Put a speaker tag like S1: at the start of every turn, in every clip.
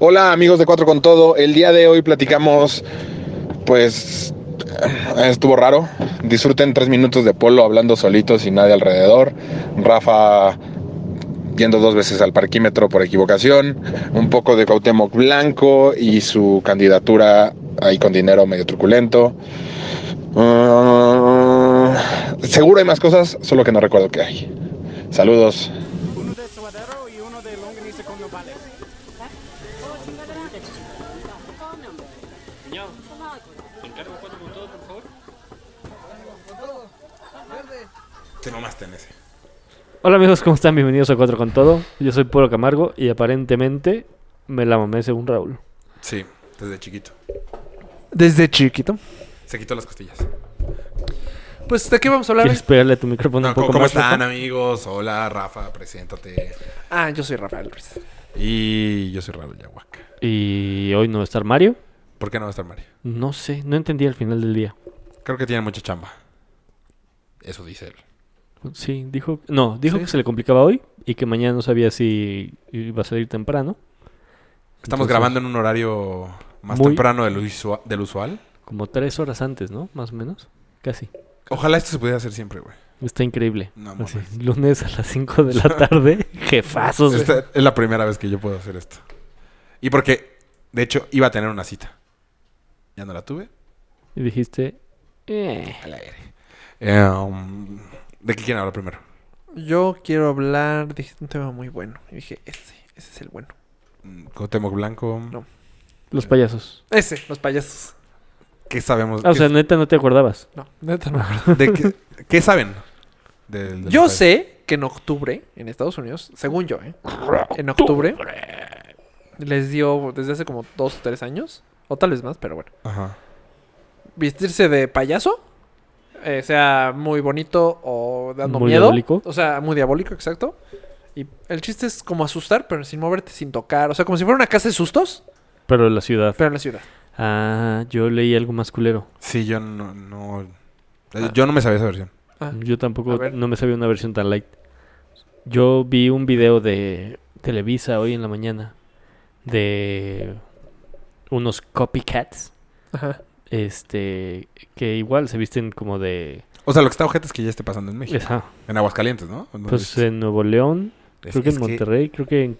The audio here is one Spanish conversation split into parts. S1: Hola amigos de Cuatro con Todo, el día de hoy platicamos, pues estuvo raro, disfruten tres minutos de Polo hablando solito sin nadie alrededor, Rafa yendo dos veces al parquímetro por equivocación, un poco de Cuauhtémoc Blanco y su candidatura ahí con dinero medio truculento. Uh, seguro hay más cosas, solo que no recuerdo qué hay. Saludos.
S2: Uno de suadero y uno de longaniza con nopales. Señor, encargo cuatro con todo, por favor.
S3: Te mamaste en ese.
S4: Hola amigos, ¿cómo están? Bienvenidos a Cuatro con Todo. Yo soy Polo Camargo y aparentemente me la mamé según Raúl.
S3: Sí, desde chiquito.
S5: Desde chiquito.
S3: Se quitó las costillas.
S5: Pues, ¿de qué vamos a hablar?
S4: ¿Quieres
S5: hoy?
S4: pegarle a tu micrófono
S3: No,
S4: un
S3: ¿Cómo,
S4: poco
S3: cómo
S4: más?
S3: están,
S4: Rafa?
S3: amigos? Hola, Rafa, preséntate.
S5: Ah, yo soy Rafael Ruiz.
S3: Y yo soy Raúl Yahuaca.
S4: Y hoy no va a estar Mario.
S3: ¿Por qué no va a estar Mario?
S4: No sé, no entendí al final del día.
S3: Creo que tiene mucha chamba. Eso dice él.
S4: Sí, dijo... No, dijo
S5: Sí.
S4: que se le complicaba hoy y que mañana no sabía si iba a salir temprano,
S3: Estamos
S4: Entonces-
S3: grabando en un horario más
S4: Muy-
S3: temprano del, usua- del usual.
S4: como tres horas antes, ¿no? Más o menos. Casi.
S3: Ojalá esto se pudiera hacer siempre, güey.
S4: Está increíble.
S3: No
S4: Así,
S3: mames. Este
S4: lunes a las 5 de la tarde. Jefazos. güey.
S3: Esta es la primera vez que yo puedo hacer esto. Y porque, de hecho, iba a tener una cita. Ya no la tuve.
S4: Y dijiste... eh.
S3: Al aire. Eh, um, ¿De qué quieren hablar primero?
S5: Yo quiero hablar de un tema muy bueno. Y dije, este, ese es el bueno.
S3: Mm, Cuauhtémoc Blanco.
S5: No.
S4: Los payasos.
S5: Ese, los payasos.
S3: ¿Qué sabemos?
S4: Ah, o
S3: ¿Qué-
S4: sea, neta no te acordabas.
S5: No, neta no.
S3: ¿De qué, qué saben? del- del
S5: Yo
S3: país?
S5: sé que en octubre, en Estados Unidos, según yo, ¿eh? En octubre les dio, desde hace como dos o tres años, o tal vez más, pero bueno.
S3: Ajá.
S5: Vestirse de payaso, eh, sea muy bonito o dando
S4: Muy
S5: miedo.
S4: diabólico.
S5: O sea, muy diabólico, exacto. Y el chiste es como asustar, pero sin moverte, sin tocar. O sea, como si fuera una casa de sustos,
S4: Pero la ciudad.
S5: pero en la ciudad.
S4: Ah, yo leí algo más culero.
S3: Sí, yo no. no- eh, Yo no me sabía esa versión.
S5: Ah.
S4: Yo tampoco,
S5: A ver.
S4: no me sabía una versión tan light. Yo vi un video de Televisa hoy en la mañana de unos copycats,
S5: Ajá.
S4: este, que igual se visten como de...
S3: O sea, lo que está ojete es que ya esté pasando en México.
S4: Ajá,
S3: En Aguascalientes, ¿no? ¿O no
S4: pues
S3: es-
S4: en Nuevo León,
S3: es-
S4: creo que en
S3: es
S4: Monterrey, creo que en...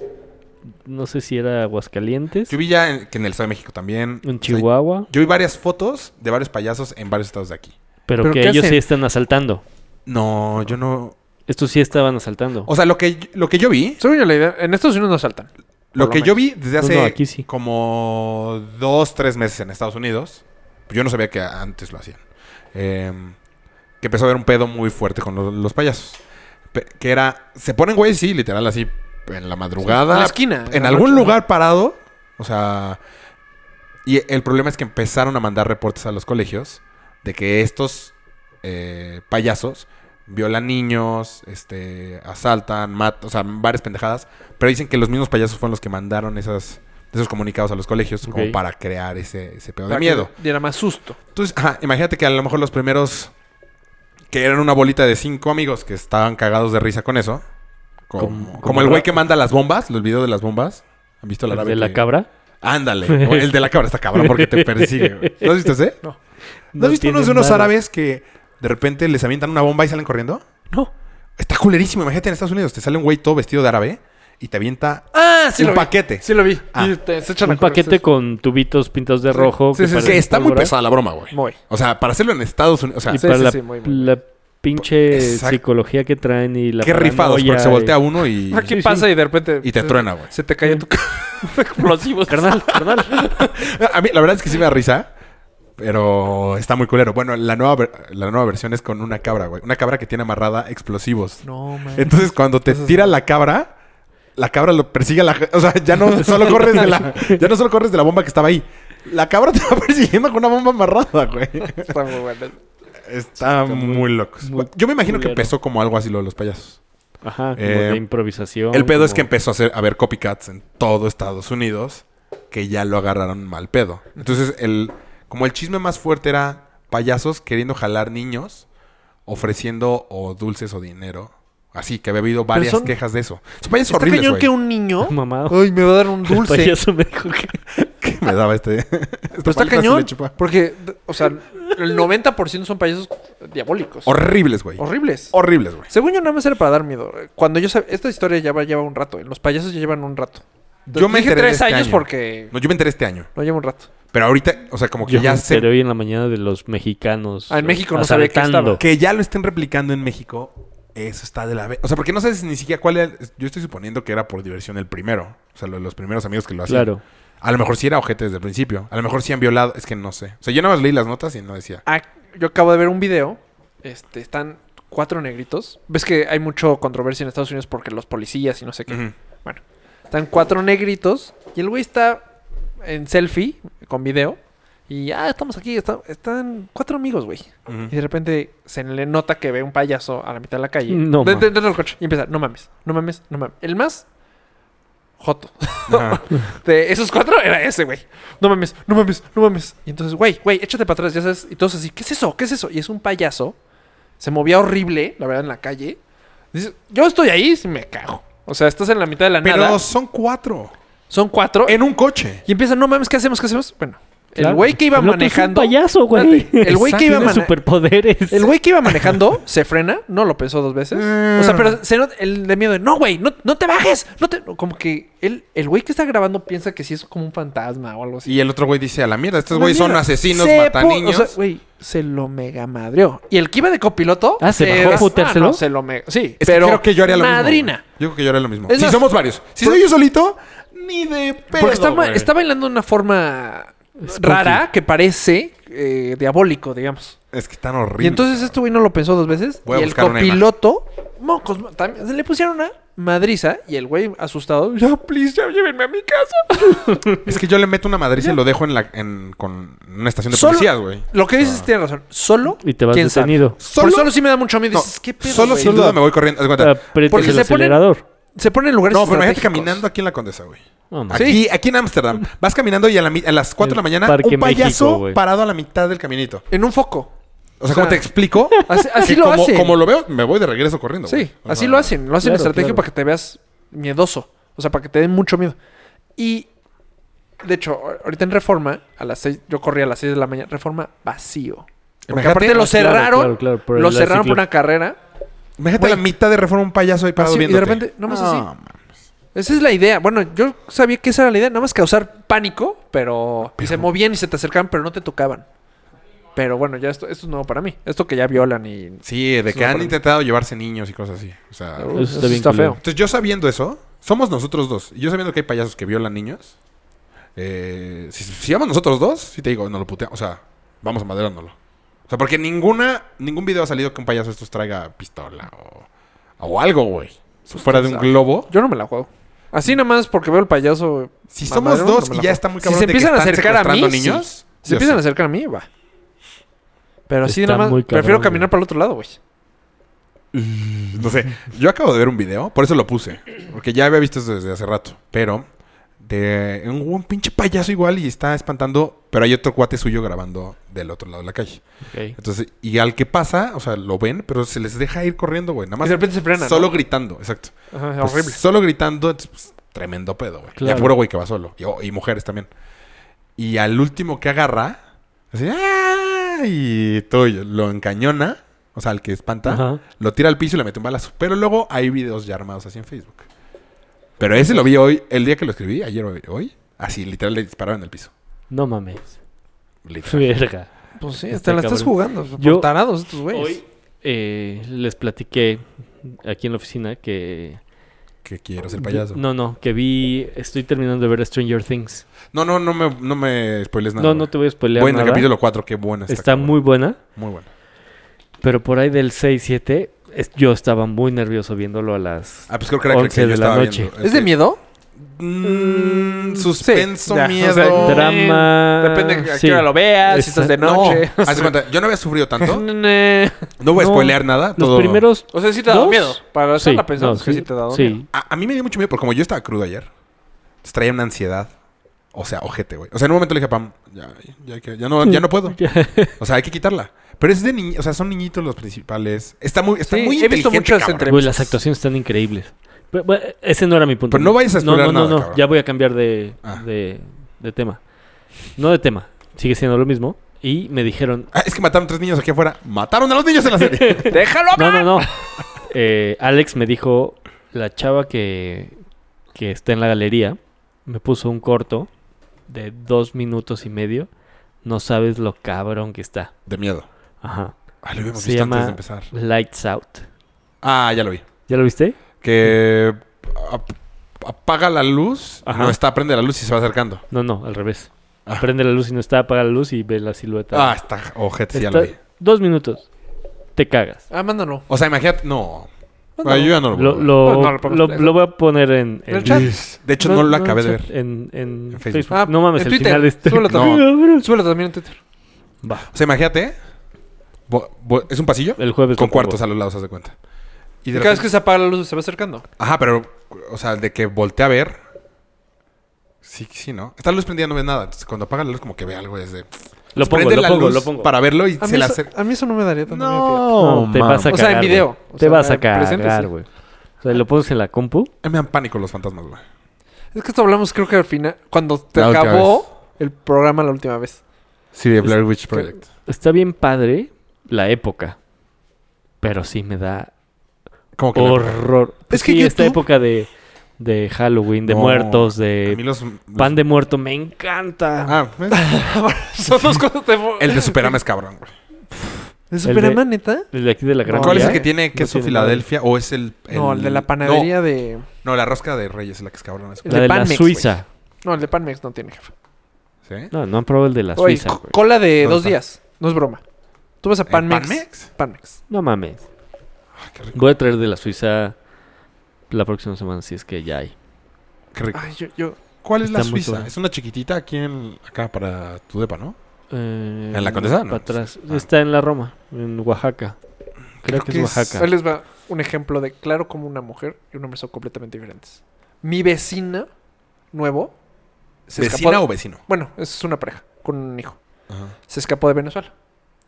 S4: No sé si era Aguascalientes,
S3: Yo vi ya en- que en el Estado de México también.
S4: en
S3: O sea,
S4: Chihuahua,
S3: yo vi varias fotos de varios payasos en varios estados de aquí.
S4: pero,
S5: ¿pero
S4: que
S5: qué
S4: ellos
S5: hacen?
S4: sí están asaltando.
S3: No, yo no.
S4: Estos sí estaban asaltando.
S3: O sea, lo que, lo que yo vi.
S5: Según yo la idea, en Estados Unidos no saltan.
S3: Lo
S5: lo
S3: que yo vi desde
S4: No,
S3: hace
S4: Pues no, aquí sí.
S3: como dos, tres meses en Estados Unidos. Yo no sabía que antes lo hacían. eh, que empezó a haber un pedo muy fuerte con los, los payasos. Pe- que era. Se ponen güey, sí, literal, así en la madrugada.
S5: en la esquina, en
S3: En
S5: la
S3: algún
S5: noche.
S3: lugar parado. O sea. Y el problema es que empezaron a mandar reportes a los colegios de que estos eh, payasos violan niños, este, asaltan, matan, o sea, varias pendejadas. Pero dicen que los mismos payasos fueron los que mandaron esas, esos comunicados a los colegios
S4: Ok.
S3: como para crear ese, ese pedo de
S5: Para que
S3: miedo.
S5: Diera más susto.
S3: Entonces, ajá, imagínate que a lo mejor los primeros que eran una bolita de cinco amigos que estaban cagados de risa con eso. Como,
S4: Como-
S3: como
S4: como
S3: el güey
S4: ra-
S3: que manda las bombas, los videos de las bombas. ¿Han visto la
S4: ¿El
S3: árabe
S4: de la
S3: que-
S4: cabra.
S3: Ándale, o el de la cabra está cabrón porque te persigue. güey. ¿No has visto ese?
S5: No.
S3: ¿No has visto
S4: tienen
S3: unos de unos
S4: nada.
S3: árabes que de repente les avientan una bomba y salen corriendo?
S5: No.
S3: Está culerísimo. Imagínate en Estados Unidos, te sale un güey todo vestido de árabe y te avienta
S5: Ah, sí
S3: un
S5: lo
S3: paquete.
S5: vi. Sí lo vi.
S3: Ah.
S5: Y te- se echan a
S4: Un
S5: correr,
S4: paquete
S5: sí.
S4: con tubitos pintados de rojo.
S5: este. Sí, sí, sí,
S3: Es
S4: parecen
S3: que está muy
S4: pólvora.
S3: pesada la broma, güey.
S5: Muy.
S3: O sea, para hacerlo en Estados Unidos, o sea,
S4: Y
S5: Sí,
S4: para
S5: sí,
S4: la,
S5: sí, muy, muy, muy.
S4: la pinche
S3: Exacto.
S4: psicología que traen y la
S3: qué rifados,
S4: paranoia
S3: porque se
S4: y-
S3: voltea uno y,
S5: Ah, ¿Qué
S4: Sí, Mm.
S5: pasa y de repente...
S3: y te truena, güey.
S5: Se te cae en tu cara. Explosivos.
S4: Carnal, carnal.
S3: A mí, la verdad es que sí me da risa, pero está muy culero. Bueno, la nueva, ver- la nueva versión es con una cabra, güey. Una cabra que tiene amarrada explosivos.
S5: No, man.
S3: Entonces, cuando te
S5: Eso es
S3: tira la cabra, la cabra lo persigue a la... O sea, ya no solo corres de la... Ya no solo corres de la bomba que estaba ahí. La cabra te va persiguiendo con una bomba amarrada, güey.
S5: Está muy bueno.
S3: Está muy locos.
S4: muy
S3: Yo me imagino que
S4: culero.
S3: empezó como algo así lo de los payasos.
S4: Ajá, como
S3: Eh,
S4: de improvisación.
S3: El pedo es
S4: como-
S3: que empezó a, hacer, a ver copycats en todo Estados Unidos que ya lo agarraron mal pedo. Entonces, el, como el chisme más fuerte era payasos queriendo jalar niños, ofreciendo o dulces o dinero Así, que había habido varias
S5: son-
S3: quejas de eso. Son payasos
S5: Está
S3: horribles,
S5: cañón
S3: güey.
S5: que un niño...
S4: Mamado.
S5: Ay, me va a dar un
S4: El
S5: dulce.
S4: payaso me dijo que-
S3: que me daba este.
S5: Pero está cañón. Porque, o sea, el 90% son payasos diabólicos.
S3: Horribles, güey.
S5: horribles.
S3: Horribles, güey.
S5: Según yo, nada más era para dar miedo. Cuando yo sab- Esta historia ya va- lleva un rato. Los payasos ya llevan un rato.
S3: Yo me
S5: dije
S3: enteré
S5: tres
S3: este
S5: años
S3: año.
S5: porque...
S3: No, yo me enteré este año.
S5: No lleva un rato.
S3: Pero ahorita, o sea, como que
S4: Yo
S3: ya
S4: me
S3: se
S4: enteré hoy en la mañana de los mexicanos.
S5: Ah, en
S4: eh,
S5: México no sabía que
S4: asaltando.
S5: estaba.
S3: Que ya lo estén replicando en México, eso está de la vez. O sea, porque no sabes ni siquiera cuál era. Yo estoy suponiendo que era por diversión el primero. O sea, lo de los primeros amigos que lo hacían.
S4: Claro.
S3: A lo mejor sí era ojete desde el principio. A lo mejor sí han violado. Es que no sé. O sea, yo nada más leí las notas y no decía.
S5: Ah, yo acabo de ver un video. Este, están cuatro negritos. Ves que hay mucho controversia en Estados Unidos porque los policías y no sé qué.
S3: Ujú.
S5: Bueno, están cuatro negritos y el güey está en selfie con video. Y ah, estamos aquí, está- están cuatro amigos, güey.
S3: Ujú.
S5: Y de repente se le nota que ve un payaso a la mitad de la calle.
S4: No
S5: De- de-
S4: mames.
S5: dentro del coche. Y empieza, no mames, no mames, no mames. El más joto
S3: Ajá.
S5: de esos cuatro era ese, güey. No mames, no mames, no mames. Y entonces, güey, güey, échate para atrás, ya sabes. Y todos así, ¿qué es eso? ¿Qué es eso? Y es un payaso. Se movía horrible, la verdad, en la calle. Dices, yo estoy ahí y me cago. O sea, estás en la mitad de la
S3: Pero
S5: nada.
S3: son cuatro.
S5: Son cuatro.
S3: En un coche.
S5: Y empiezan, no mames, ¿qué hacemos? ¿Qué hacemos? Bueno, el
S4: Claro.
S5: güey que iba
S4: El otro
S5: manejando.
S4: Es un payaso, güey.
S5: Espérate, el güey que iba
S4: Tiene
S5: manejando.
S4: superpoderes.
S5: El güey que iba manejando se frena, no lo pensó dos veces. O sea, pero se nota- el de miedo de, no, güey, no, no te bajes. No te... Como que él, el güey que está grabando piensa que sí es como un fantasma o algo así.
S3: Y el otro güey dice a la mierda. Estos
S5: La
S3: güeyes son
S5: mierda.
S3: asesinos,
S5: Se
S3: matan
S5: pu-
S3: niños.
S5: O sea, güey, se lo mega madreó. Y el que iba de copiloto.
S4: Ah, ¿se bajó a
S5: des-
S4: puteárselo?
S5: Ah, no, se lo mega. Sí,
S3: Es que
S5: pero.
S3: creo que yo haría lo
S5: Madrina.
S3: mismo. güey. Yo creo que yo haría lo mismo.
S5: Es
S3: si
S5: más-
S3: somos varios. Si
S5: por-
S3: soy yo solito, ni de pedo.
S5: Porque está, ba-
S3: güey.
S5: está bailando de una forma
S4: Spooky.
S5: rara que parece eh, diabólico, digamos.
S3: Es que están horribles.
S5: Y entonces este güey no lo pensó dos veces.
S3: Voy a
S5: y el
S3: buscar una
S5: copiloto. Mocos, mo- también- se le pusieron una madriza y el güey asustado. Ya, please, ya llévenme a mi casa.
S3: Es que yo le meto una madriz y lo dejo en la en, con una estación de
S5: Solo-
S3: policías, güey. Ah.
S5: Lo que dices tiene razón. Solo.
S4: Y te vas
S5: quién sabe.
S4: detenido.
S5: Por
S3: Solo-
S5: solo sí me da mucho miedo.
S3: No,
S5: Dices, ¿qué pedo,
S3: solo
S5: güey?
S3: sin duda me voy corriendo. haz cuenta.
S4: Aprietas
S5: Porque
S4: el
S5: se ponen-
S4: acelerador.
S5: Se pone en lugares
S3: No, pero imagínate
S5: estratégicos.
S3: caminando aquí en la Condesa, güey.
S4: No, mames.
S5: Sí.
S3: Aquí, aquí en Ámsterdam. Vas caminando y a, la mi- a las 4 de la
S4: El
S3: mañana
S4: Parque
S3: un payaso
S4: México, güey.
S3: parado a la mitad del caminito.
S5: En un foco.
S3: O sea, ¿cómo te explico?
S5: Así, así
S3: Que
S5: lo
S3: como,
S5: hacen.
S3: como lo veo, me voy de regreso corriendo.
S5: Sí,
S3: güey. O
S5: así
S3: sea,
S5: lo hacen. Lo hacen
S4: Claro,
S5: estrategia
S4: claro.
S5: para que te veas miedoso. O sea, para que te den mucho miedo. Y, de hecho, a- ahorita en Reforma, a las seis, yo corrí a las 6 de la mañana, Reforma vacío. Porque
S3: Imagínate-
S5: aparte lo
S3: Ah,
S4: claro,
S5: cerraron,
S4: claro, claro, por el-
S5: lo
S4: la
S5: cerraron
S4: ciclo-
S5: por una carrera.
S3: Imagínate a la
S5: Güey.
S3: mitad de reforma un payaso ahí parado
S5: Así, y de
S3: viéndote.
S5: repente, nada más así.
S3: man.
S5: Esa es la idea. Bueno, yo sabía que esa era la idea, nada más causar pánico, pero... Y se movían y se te acercaban, pero no te tocaban. Pero bueno, ya esto, esto es nuevo para mí. Esto que ya violan y...
S3: Sí, de
S5: no
S3: que han
S5: aprende.
S3: intentado llevarse niños y cosas así. O sea,
S5: Uh,
S4: Ah, está bien culero.
S5: feo.
S3: Entonces, yo sabiendo eso, somos nosotros dos. Y yo sabiendo que hay payasos que violan niños, eh, si, si vamos nosotros dos, si te digo, no lo putea. O sea, vamos a maderárnoslo. O sea, porque ninguna, ningún video ha salido que un payaso de estos traiga pistola o, o algo, güey. Si fuera de un
S5: sabe.
S3: globo.
S5: Yo no me la juego. Así nada más porque veo el payaso.
S3: Si
S5: mamadero,
S3: somos dos
S5: no me la
S3: y ya
S5: juego.
S3: está muy
S5: Si
S3: cabrón
S5: se
S3: de que
S5: empiezan a
S3: están
S5: acercar a mí,
S3: secuestrando
S5: sí.
S3: niños.
S5: Si se empiezan a acercar a mí, va. Pero así
S4: Está
S5: nada más.
S4: muy cabrón,
S5: prefiero caminar
S4: güey.
S5: para el otro lado, güey.
S3: No sé, yo acabo de ver un video, por eso lo puse, porque ya había visto eso desde hace rato, pero de un, un pinche payaso igual y está espantando, pero hay otro cuate suyo grabando del otro lado de la calle.
S4: Ok.
S3: Entonces, y al que pasa, o sea, lo ven, pero se les deja ir corriendo, güey, nada
S5: Y
S3: más.
S5: de repente se frena.
S3: solo
S5: ¿no?
S3: gritando, exacto.
S5: Ajá, es
S3: Pues,
S5: horrible.
S3: Solo gritando, entonces, pues, tremendo pedo, güey.
S4: Claro.
S3: Y a puro güey que va solo, y, oh, y mujeres también. Y al último que agarra, así, ¡ah! Y todo lo encañona, o sea, al que espanta.
S4: Ajá.
S3: Lo tira al piso y le mete un balazo. Pero luego hay videos ya armados así en Facebook. Pero ese lo vi hoy, el día que lo escribí, ayer o hoy. Así, literal, le dispararon en el piso.
S4: No mames.
S3: Literal.
S4: Verga.
S5: Pues sí,
S4: Está
S5: te la estás
S4: cabrón.
S5: jugando. pues,
S4: Yo-
S5: Por tarados estos güeyes.
S4: Hoy eh, les platiqué aquí en la oficina que...
S3: Que quiero ser payaso.
S4: No, no, que vi... Estoy terminando de ver Stranger Things.
S3: No, no, no me, no me spoiles nada.
S4: no, no te voy a spoilear
S3: Bueno, el
S4: nada.
S3: capítulo 4, qué buena
S4: Está,
S3: está. cabrón.
S4: muy buena.
S3: Muy buena.
S4: Pero por ahí del 6, 7, es- yo estaba muy nervioso viéndolo a las...
S3: Ah, pues creo que era el
S4: 11
S3: que yo
S4: de la
S3: estaba
S4: noche.
S3: viendo.
S5: ¿Es de miedo?
S3: Mm, suspenso,
S5: Sí, ya,
S3: miedo.
S5: o sea, Oh,
S4: Drama...
S5: Depende a qué
S4: sí.
S5: hora lo veas, si estás de
S3: No,
S5: noche.
S3: haz de cuenta, yo no había sufrido tanto.
S5: o
S3: No voy a
S4: No.
S3: spoilear nada.
S4: Los
S3: todo-
S4: primeros...
S5: sea, sí te ha dado
S4: ¿Dos?
S5: miedo. Para
S4: Sí,
S5: estarla pensando,
S4: no,
S5: es que sí te ha dado
S4: sí.
S5: miedo.
S3: A, a mí me dio mucho miedo porque como yo estaba crudo ayer, entonces traía una ansiedad. O sea, ojete, güey. O sea, en un momento le dije a Pam, ya, ya, que- ya no, ya no puedo. O sea, hay que quitarla. Pero es de niños, o sea, son niñitos los principales. Está muy, está
S5: Sí,
S3: muy
S5: he visto
S3: inteligente,
S5: muchas
S3: cabrón.
S5: entrevistas.
S4: Güey, las actuaciones están increíbles. Pero, bueno, ese no era mi punto.
S3: Pero no vayas a explorar
S4: No, no,
S3: nada,
S4: no,
S3: cabrón.
S4: ya voy a cambiar de,
S3: Ah.
S4: de, de tema. No de tema, sigue siendo lo mismo. Y me dijeron,
S3: Ah, es que mataron tres niños aquí afuera. Mataron a los niños en la serie.
S5: ¡Déjalo
S4: no,
S5: hablar!
S4: no, no. Eh, Alex me dijo, la chava que, que está en la galería me puso un corto de dos minutos y medio. No sabes lo cabrón que está.
S3: De miedo.
S4: Ajá.
S3: Ah, lo habíamos
S4: Se
S3: visto antes
S4: llama
S3: de empezar.
S4: Lights Out.
S3: Ah, ya lo vi.
S4: ¿Ya lo viste?
S3: Que ap- apaga la luz,
S4: Ajá.
S3: no está, prende la luz y se va acercando.
S4: No, no, al revés.
S3: Ah.
S4: Prende la luz y no está, apaga la luz y ve la silueta.
S3: Ah, está ojete, sí, ya
S4: Está-
S3: lo vi.
S4: Dos minutos. Te cagas.
S5: Ah, mándalo.
S3: O sea, imagínate, no.
S5: Bueno,
S3: Ah, yo ya no lo voy a
S4: Lo, lo-
S3: ver.
S5: No, no lo podemos
S4: lo-
S5: poner.
S4: lo voy a poner en,
S5: ¿En el chat?
S3: De hecho, no, lo
S4: en
S3: acabé de
S4: chat,
S3: ver.
S4: En, en
S3: En Facebook.
S4: Facebook.
S5: Ah,
S4: no mames,
S5: en
S4: el
S5: Twitter.
S4: final este.
S5: Súbelo
S3: también.
S5: Súbelo también en Twitter.
S4: Va.
S3: O sea, imagínate. bo- bo- es un pasillo
S4: El jueves.
S3: con
S4: lo
S3: cuartos
S4: pongo.
S3: a los lados, haz de cuenta. Y
S5: Y
S3: de
S5: cada vez
S3: repente-
S5: que se apaga la luz se va acercando.
S3: Ajá, pero, o sea, de que voltea a ver. Sí, sí, ¿no? Está la luz prendida, no ve nada. Entonces, cuando apaga la luz, como que ve algo desde.
S4: Lo pongo,
S3: Prende
S4: lo
S3: la
S4: pongo,
S3: luz
S4: lo pongo.
S3: Para verlo y
S5: A mí,
S3: se la
S5: eso,
S3: acerca.
S5: a mí eso no me daría tanto
S4: No,
S5: miedo, fíjate.
S4: te vas a
S5: O
S4: cagar.
S5: sea, en
S4: güey.
S5: video. O
S4: te
S5: sea,
S4: vas a
S5: presente,
S4: cagar,
S5: sí.
S4: güey. O sea, lo pones en la compu.
S3: A mí me dan pánico los fantasmas, güey.
S5: Es que esto hablamos creo que al final, cuando te
S3: La última
S5: acabó el programa la última vez.
S3: Sí, de
S4: Blair
S3: Witch
S4: Project. Está bien padre la época. Pero sí me da
S3: Como que. la-
S4: horror.
S3: Es que
S4: Sí, esta
S3: YouTube-
S4: época de, de Halloween, de
S3: No,
S4: muertos,
S3: a
S4: de
S3: mí los. los-
S4: pan de muerto, me encanta.
S3: Ah, ¿ves?
S5: Son dos cosas de...
S3: el de Superama es cabrón, güey.
S5: ¿De Superman,
S4: de-
S5: neta?
S4: El de aquí de la Gran
S3: ¿Cuál es
S4: Vía.
S3: el que tiene queso
S4: Ah, tiene
S3: Filadelfia? ¿O es el,
S5: No, el de la panadería de...
S3: No, no, la rosca de Reyes es la que es cabrón. es-
S5: El
S4: La
S5: de
S4: de la
S5: Panmex,
S4: Suiza.
S5: No, el de Panmex no tiene jefe.
S3: ¿Sí?
S4: No, no han probado el de la
S5: Oye,
S4: Suiza,
S5: co-
S4: güey.
S5: cola de
S3: ¿Dónde
S5: dos
S3: está?
S5: días. No es broma. Tú vas a
S3: ¿En
S5: Panmex.
S3: Panmex?
S5: Panmex.
S4: No mames.
S3: Ah, qué rico.
S4: Voy a traer de la Suiza la próxima semana, si es que ya hay.
S3: Qué rico.
S5: Ay, yo, yo...
S3: ¿Cuál es la
S4: Está muy
S3: Suiza?
S4: suave.
S3: Es una chiquitita aquí en, acá para tu depa, ¿no?
S4: Eh,
S3: ¿En la Condesa? No.
S4: para atrás.
S3: Ah.
S4: Está en la Roma, en Oaxaca. Creo, que, es Oaxaca.
S5: Ahí les va un ejemplo de claro como una mujer y un hombre son completamente diferentes. Mi vecina, nuevo, se escapó...
S3: ¿Vecina
S5: de-
S3: o vecino?
S5: Bueno, es una pareja con un hijo. Se escapó de Venezuela.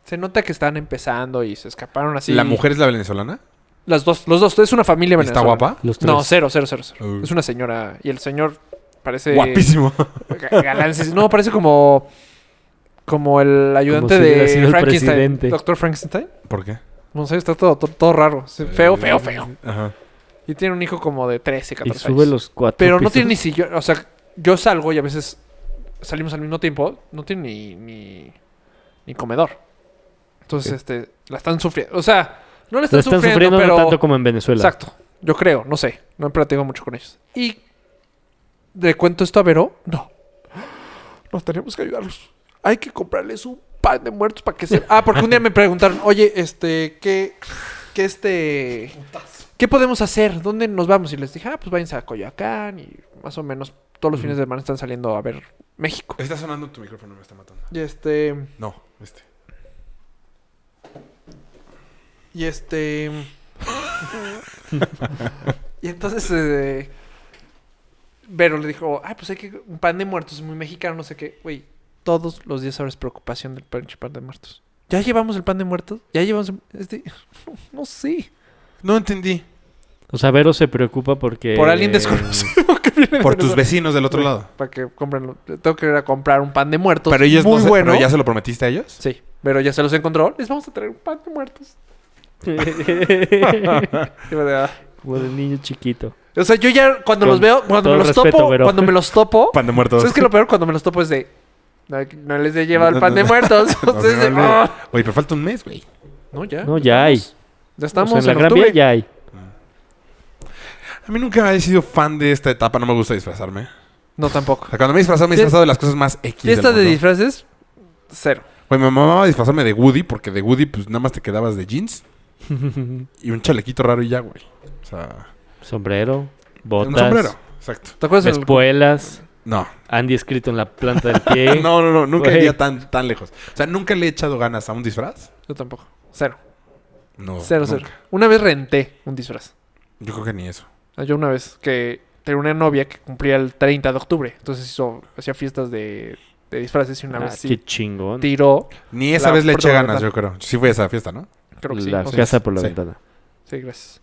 S5: Se nota que estaban empezando y se escaparon así.
S3: ¿La mujer es la venezolana?
S5: Las dos, los dos. Es una familia
S3: ¿Está
S5: venezolana.
S3: guapa?
S4: Los tres.
S5: No, cero, cero, cero, cero.
S3: Uh.
S5: Es una señora. Y el señor parece.
S3: Guapísimo.
S5: ga- galán, sí, sí. No, parece como. Como el ayudante
S4: si hubiera sido
S5: de
S4: el
S5: Frankenstein.
S4: presidente.
S5: Doctor Frankenstein.
S3: ¿Por qué?
S5: No sé, está todo, todo, todo raro. Sí,
S3: Eh,
S5: Feo, feo, feo.
S3: Ajá.
S5: Y tiene un hijo como de 13,
S4: Y
S5: 14
S4: sube
S5: años.
S4: los cuatro.
S5: Pero no tiene ni
S4: pisos.
S5: sillón. O sea, yo salgo y a veces salimos al mismo tiempo. No tiene ni. ni, ni comedor. Entonces, este. La están sufriendo. O sea, no la
S4: Lo
S5: están,
S4: están sufriendo
S5: sufriendo,
S4: no
S5: pero.
S4: tanto como en Venezuela.
S5: Exacto. Yo creo, no sé. No he platicado mucho con ellos. Y le cuento esto a Vero. No. Nos tenemos que ayudarlos. Hay que comprarles un pan de muertos para que se. Ah, porque un día me preguntaron, oye, este, ¿qué, qué este, qué podemos hacer? ¿Dónde nos vamos? Y les dije, ah, pues váyanse a Coyoacán y más o menos todos los fines de semana están saliendo a ver México.
S3: Está sonando tu micrófono, me está matando.
S5: Y este,
S3: No, este.
S5: y este, y entonces. eh, Vero le dijo, ay, pues hay que un pan de muertos muy mexicano, no sé qué. Güey, todos los días ahora es preocupación del pinche pan de muertos. ¿Ya llevamos el pan de muertos? ¿Ya llevamos el- este? No sé.
S3: No entendí.
S4: O sea, Vero se preocupa porque.
S5: Por alguien desconocido que viene de
S3: Por tus
S5: Venezuela.
S3: vecinos del otro
S5: Güey,
S3: lado.
S5: Para que compren. Tengo que ir a comprar un pan de muertos.
S3: Pero ellos
S5: muy
S3: no se-
S5: bueno.
S3: ¿pero ya se lo prometiste a ellos?
S5: Sí, pero ya se los encontró. Les vamos a traer un pan de muertos. Y me da-
S4: como de niño chiquito.
S5: O sea, yo ya cuando
S4: Con
S5: los veo, cuando
S4: todo
S5: me los
S4: respeto,
S5: topo,
S4: Vero.
S5: cuando me los topo,
S3: Pan de muertos.
S5: ¿sabes que lo peor? Cuando me los topo es de. No, no les he llevado
S3: No,
S5: el pan
S3: no,
S5: de
S3: no.
S5: muertos. Entonces,
S3: No, no, no.
S5: ah.
S3: Oye, pero falta un mes, güey.
S5: No, ya.
S4: No, ya hay.
S5: Ya estamos
S4: O sea, en la
S5: en
S4: Gran
S5: octubre.
S4: Vía ya hay.
S3: A mí nunca he sido fan de esta etapa. No me gusta disfrazarme.
S5: No, tampoco.
S3: O sea, cuando me he disfrazado, me he
S5: Fie-
S3: disfrazado de las cosas más X del
S5: Fiesta de
S3: mundo.
S5: disfraces, cero.
S3: Güey, me mamaba disfrazarme de Woody porque de Woody pues nada más te quedabas de jeans y un chalequito raro y ya, güey. O sea,
S4: Sombrero, botas,
S3: un sombrero. Exacto.
S5: ¿Te acuerdas? del-
S4: espuelas,
S3: No.
S4: Andy escrito en la planta del pie.
S3: No, no, no, nunca
S4: Güey.
S3: iría tan, tan lejos. O sea, nunca le he echado ganas a un disfraz.
S5: Yo tampoco. Cero.
S3: No.
S5: Cero,
S3: nunca.
S5: cero. Una vez renté un disfraz.
S3: Yo creo que ni eso.
S5: Ah, Yo una vez que tenía una novia que cumplía el 30 de octubre. Entonces hizo, hacía fiestas de de disfraces y una
S4: Ah,
S5: vez sí
S4: Qué chingón.
S5: tiró.
S3: Ni esa
S5: La
S3: vez le
S5: puerta
S3: eché
S5: de la
S3: ganas, yo creo. Sí fui a esa fiesta, ¿no?
S5: Creo que sí.
S4: la
S5: o sea,
S4: casa por la
S3: sí.
S4: ventana.
S5: Sí, gracias.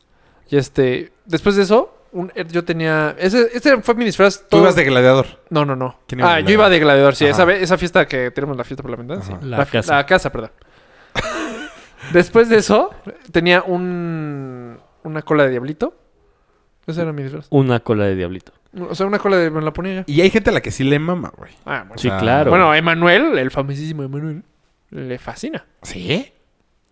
S5: Y este, después de eso, un- yo tenía. Ese, ese fue mi disfraz.
S3: Tú
S5: todo-
S3: ibas de gladiador.
S5: No, no, no.
S3: ¿Quién iba
S5: Ah,
S3: de
S5: yo iba de gladiador, sí.
S3: Ajá.
S5: Esa, vez- esa fiesta que tenemos la fiesta por la ventana, sí.
S3: Ajá.
S4: La
S5: fi-
S4: casa.
S5: La casa, perdón. Después de eso, tenía un, una cola de diablito. Ese era mi disfraz.
S4: Una cola de diablito.
S5: O sea, una cola de... Me la ponía yo.
S3: Y hay gente a la que sí le mama, güey.
S5: Ah, bueno.
S4: Sí,
S3: sea,
S4: claro.
S5: Bueno, Emanuel, el famosísimo Emanuel, le fascina.
S3: ¿Sí?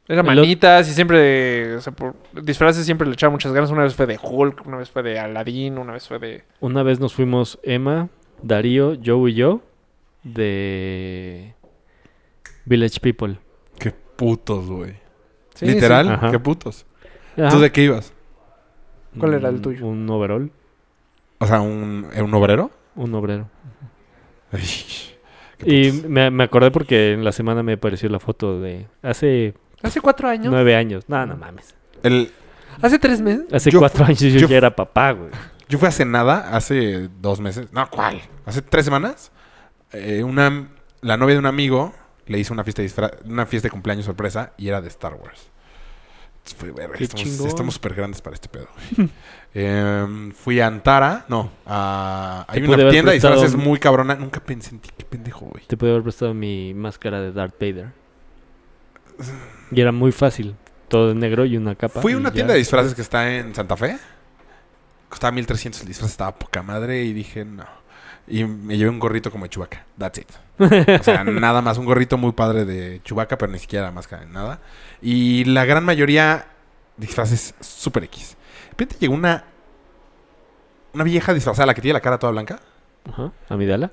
S5: Era
S4: El ot-
S5: manitas y siempre... O sea, por disfraces siempre le echaba muchas ganas. Una vez fue de Hulk, una vez fue de Aladdin, una vez fue de...
S4: Una vez nos fuimos Emma, Darío, Joe y yo de Village People.
S3: Qué putos, güey.
S5: Sí,
S3: Literal,
S4: sí. Ajá.
S3: qué putos.
S4: Ajá.
S3: ¿Tú de qué ibas?
S5: ¿Cuál era el
S4: Un-
S5: tuyo?
S4: Un overall,
S3: O sea, un, ¿un obrero.
S4: un obrero.
S3: Ay, qué
S4: Y
S3: putos.
S4: me, me acordé porque en la semana me apareció la foto de hace
S5: sí. Hace cuatro años.
S4: nueve años. No, no mames.
S3: El-
S5: Hace tres meses.
S4: Hace
S3: Yo-
S4: cuatro años yo,
S3: yo-
S4: ya era papá, güey.
S3: yo fui a Senada hace dos meses. No, ¿cuál? Hace tres semanas. eh, una, la novia de un amigo le hizo una fiesta, de disfra- una fiesta de cumpleaños sorpresa y era de Star Wars. Entonces Fue, verga,
S4: Qué chingón.
S3: estamos súper grandes para este pedo. güey. Em, fui a Antara. No, a- hay
S4: Te
S3: una
S4: pude haber
S3: tienda de
S4: prestado
S3: disfraces
S4: un-
S3: muy cabrona. Nunca pensé en ti, qué pendejo, güey.
S4: Te puedo haber prestado mi máscara de Darth Vader. Y era muy fácil. Todo en negro y una capa.
S3: Fui a
S4: y
S3: una
S4: ya.
S3: tienda de disfraces que está en Santa Fe. Costaba 1300 el disfraz, estaba poca madre y dije no. Y me llevé un gorrito como de Chewbacca. That's it. O sea, nada más. Un gorrito muy padre de Chewbacca, pero ni siquiera máscara ni nada. Y la gran mayoría disfraces super X. De repente llegó una. Una vieja disfrazada, la que tiene la cara toda blanca.
S4: Ajá, Amidala.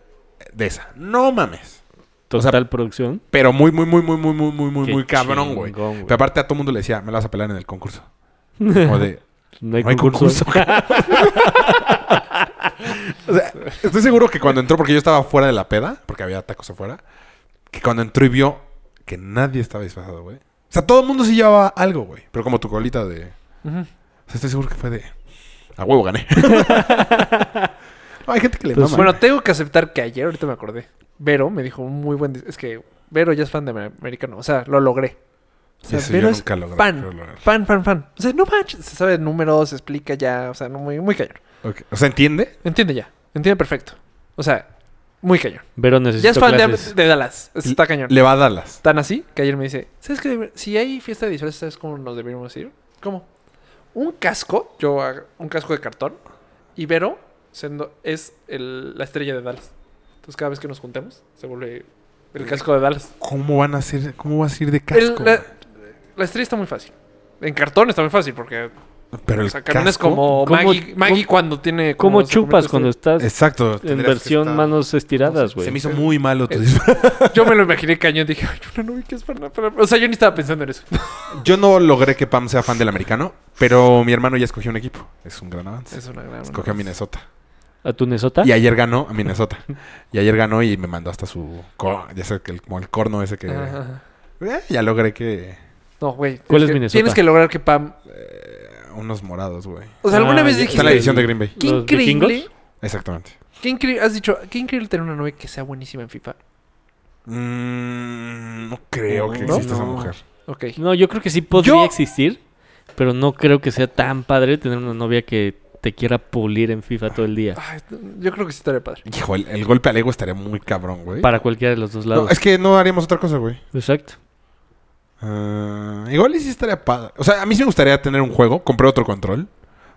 S3: De esa. No mames. sea,
S4: Total producción.
S3: Pero muy, muy, muy, muy, muy, muy, muy, muy,
S4: Qué
S3: muy cabrón, güey.
S4: chingón, güey.
S3: Pero aparte a todo mundo le decía, me la vas a pelar en el concurso. Como de,
S4: No hay
S3: No hay
S4: concurso.
S3: O sea, estoy seguro que cuando entró, porque yo estaba fuera de la peda, porque había tacos afuera, que cuando entró y vio que nadie estaba disfrazado, güey. O sea, todo el mundo sí llevaba algo, güey. Pero como tu colita de. O sea, estoy seguro que fue de. A huevo gané. No, hay gente que le
S4: Pues,
S3: mama. ¿eh?
S5: Bueno, tengo que aceptar que ayer, ahorita me acordé, Vero me dijo un muy buen... dis- Es que Vero ya es fan de amer- americano, o sea, lo logré. O sea,
S3: Eso yo
S5: Vero es
S3: nunca logré,
S5: fan,
S3: creo lograr.
S5: fan, fan, fan. O sea, no manches, se sabe números, se explica ya, o sea, no, muy, muy cañón.
S3: Ok. O sea, ¿entiende?
S5: Entiende ya, entiende perfecto. O sea, muy cañón.
S4: Pero necesito
S5: ya es fan de,
S4: clases.
S5: de Dallas, está cañón.
S3: Le va a Dallas.
S5: Tan así que ayer me dice, ¿sabes qué? Si hay fiesta de disfraces, ¿sabes cómo nos deberíamos ir? ¿Cómo? Un casco, yo hago un casco de cartón, y Vero siendo- es el- la estrella de Dallas. Entonces cada vez que nos juntemos, se vuelve el casco de Dallas.
S3: ¿Cómo van a ser? ¿Cómo vas a ir de
S5: El-
S3: casco?
S5: la,
S3: güey?
S5: la estrella está muy fácil. En cartón está muy fácil porque
S3: Pero el
S5: o sea, caminas
S3: casco-
S5: como
S4: ¿Cómo-
S5: Maggie, Maggie cuando tiene... como-
S4: ¿Cómo
S5: se
S4: chupas cuando
S5: convierte
S4: estás
S3: Exacto.
S4: en
S3: tendrías que
S4: versión
S3: estar-
S4: manos estiradas, güey?
S3: Se me hizo muy malo tu disfraz.
S5: en- Yo me lo imaginé cañón, dije, ay, una novia que es fan. fan- O sea, yo ni estaba pensando en eso.
S3: Yo no logré que Pam sea fan del americano, pero mi hermano ya escogió un equipo. Es un gran avance.
S5: Es una gran...
S3: Escogió a Minnesota.
S4: ¿A tu Nesota?
S3: Y ayer ganó a Minnesota. y ayer ganó y me mandó hasta su... co- Ya sé, que el- como el corno ese que...
S5: Ajá, ajá.
S3: Eh, ya logré que...
S5: No, güey.
S4: ¿Cuál
S5: tienes
S4: es
S5: que-
S4: Minnesota?
S5: Tienes que lograr que Pam.
S3: Unos morados, güey.
S5: O sea, alguna
S4: Ah,
S5: vez
S4: ya.
S5: dijiste.
S3: Está en la edición de Green Bay.
S5: Qué
S4: ¿Los
S5: increíble.
S4: vikingos?
S3: Exactamente.
S5: Qué increíble. Has dicho, qué increíble tener una novia que sea buenísima en FIFA.
S3: Mm, no creo que
S5: ¿No?
S3: exista esa
S4: No.
S3: mujer.
S5: Ok.
S4: No, yo creo que sí podría
S5: Yo-
S4: existir, pero no creo que sea tan padre tener una novia que te quiera pulir en FIFA todo el día.
S5: Ay, yo creo que sí estaría padre.
S3: Hijo, el, el golpe al ego estaría muy cabrón, güey.
S4: Para cualquiera de los dos
S3: No,
S4: lados.
S3: es que no haríamos otra cosa, güey.
S4: Exacto.
S3: Ah, igual y sí estaría padre. O sea, a mí sí me gustaría tener un juego. Compré otro control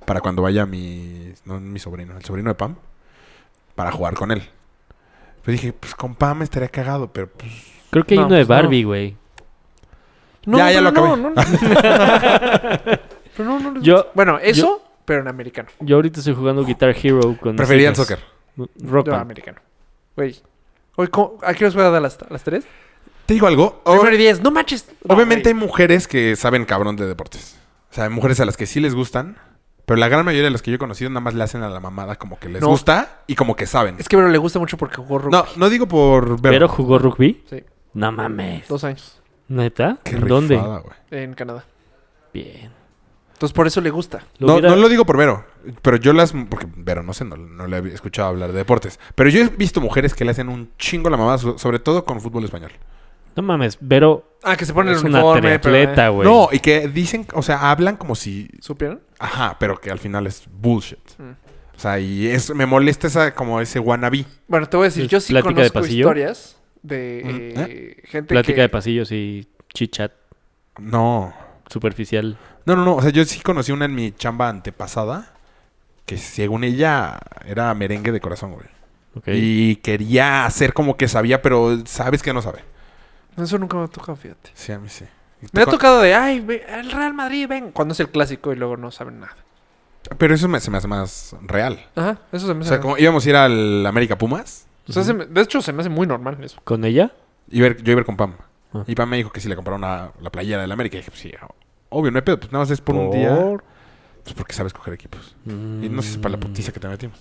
S3: para cuando vaya mi... No, mi sobrino. El sobrino de Pam. Para jugar con él. Pero dije, pues con Pam estaría cagado, pero pues...
S4: Creo que hay
S5: No,
S4: uno de
S5: pues, no.
S4: Barbie, güey.
S5: No,
S3: Ya, ya
S5: pero
S3: lo acabé.
S5: No, no, no. pero no, no, no.
S4: Yo-
S5: bueno, eso, pero en americano.
S4: Yo ahorita estoy jugando Guitar Hero con. mis
S3: Preferiría el
S4: hijas.
S3: soccer.
S4: Rock
S5: Yo
S4: Band.
S5: americano. Güey. Hoy, ¿cómo- ¿A qué horas voy a dar las, las 3?
S3: Te digo algo. o-
S5: 9 y 10. No manches. No,
S3: obviamente hay
S5: güey.
S3: mujeres que saben cabrón de deportes. O sea, hay mujeres a las que sí les gustan. Pero la gran mayoría de las que yo he conocido nada más le hacen a la mamada como que les
S5: No.
S3: gusta y como que saben.
S5: Es que Vero le gusta mucho porque jugó rugby.
S3: No, no digo por ver.
S4: ¿Pero jugó rugby?
S5: Sí.
S4: No mames.
S5: Dos años
S4: ¿Neta?
S3: Qué
S4: ¿Dónde?
S3: rifada, güey.
S5: en Canadá.
S4: Bien.
S5: Entonces por eso le gusta.
S4: Lo
S3: no,
S4: hubiera-
S3: no lo digo por Vero, pero yo las... Porque Vero, no sé, no, no le he escuchado hablar de deportes. Pero yo he visto mujeres que le hacen un chingo la mamada, so- sobre todo con fútbol español.
S4: No mames, Vero
S5: Ah, que se pone
S4: es
S5: el
S4: una
S5: uniforme. pero, eh,
S4: triatleta, güey.
S3: No, y que dicen, o sea, hablan como si...
S5: ¿Supieron?
S3: Ajá, pero que al final es bullshit.
S5: Mm.
S3: O sea, y es, me molesta esa, como ese wannabe.
S5: Bueno, te voy a decir,
S4: ¿Es
S5: yo sí
S4: plática de
S5: conozco
S4: pasillo?
S5: historias de eh,
S3: Ah,
S5: gente
S4: plática
S5: que...
S4: de pasillos y chichat
S3: No.
S4: superficial.
S3: No, no, no. O sea, yo sí conocí una en mi chamba antepasada que según ella era merengue de corazón, güey.
S4: Ok.
S3: Y quería hacer como que sabía, pero sabes que no sabe.
S5: Eso nunca me ha tocado, fíjate.
S3: Sí, a mí sí. Y
S5: Me ha
S3: con-
S5: tocado de, ay, ve- el Real Madrid, ven. Cuando es el clásico y luego no saben nada.
S3: Pero eso me, se me hace más real.
S5: Ajá, eso se me
S3: O
S5: hace...
S3: sea, como íbamos a ir al América Pumas
S5: o sea, se me- de hecho, se me hace muy normal eso.
S4: ¿Con ella?
S3: y ver, yo iba a ir con Pam.
S4: Ah.
S3: Y Pam me dijo que si le compraron una- la playera del América. Y dije, pues sí, obvio, no hay pedo. Pues nada más es por, un día. Pues porque sabes coger equipos. Y no sé si es para
S4: Mm.
S3: la putiza que te metimos.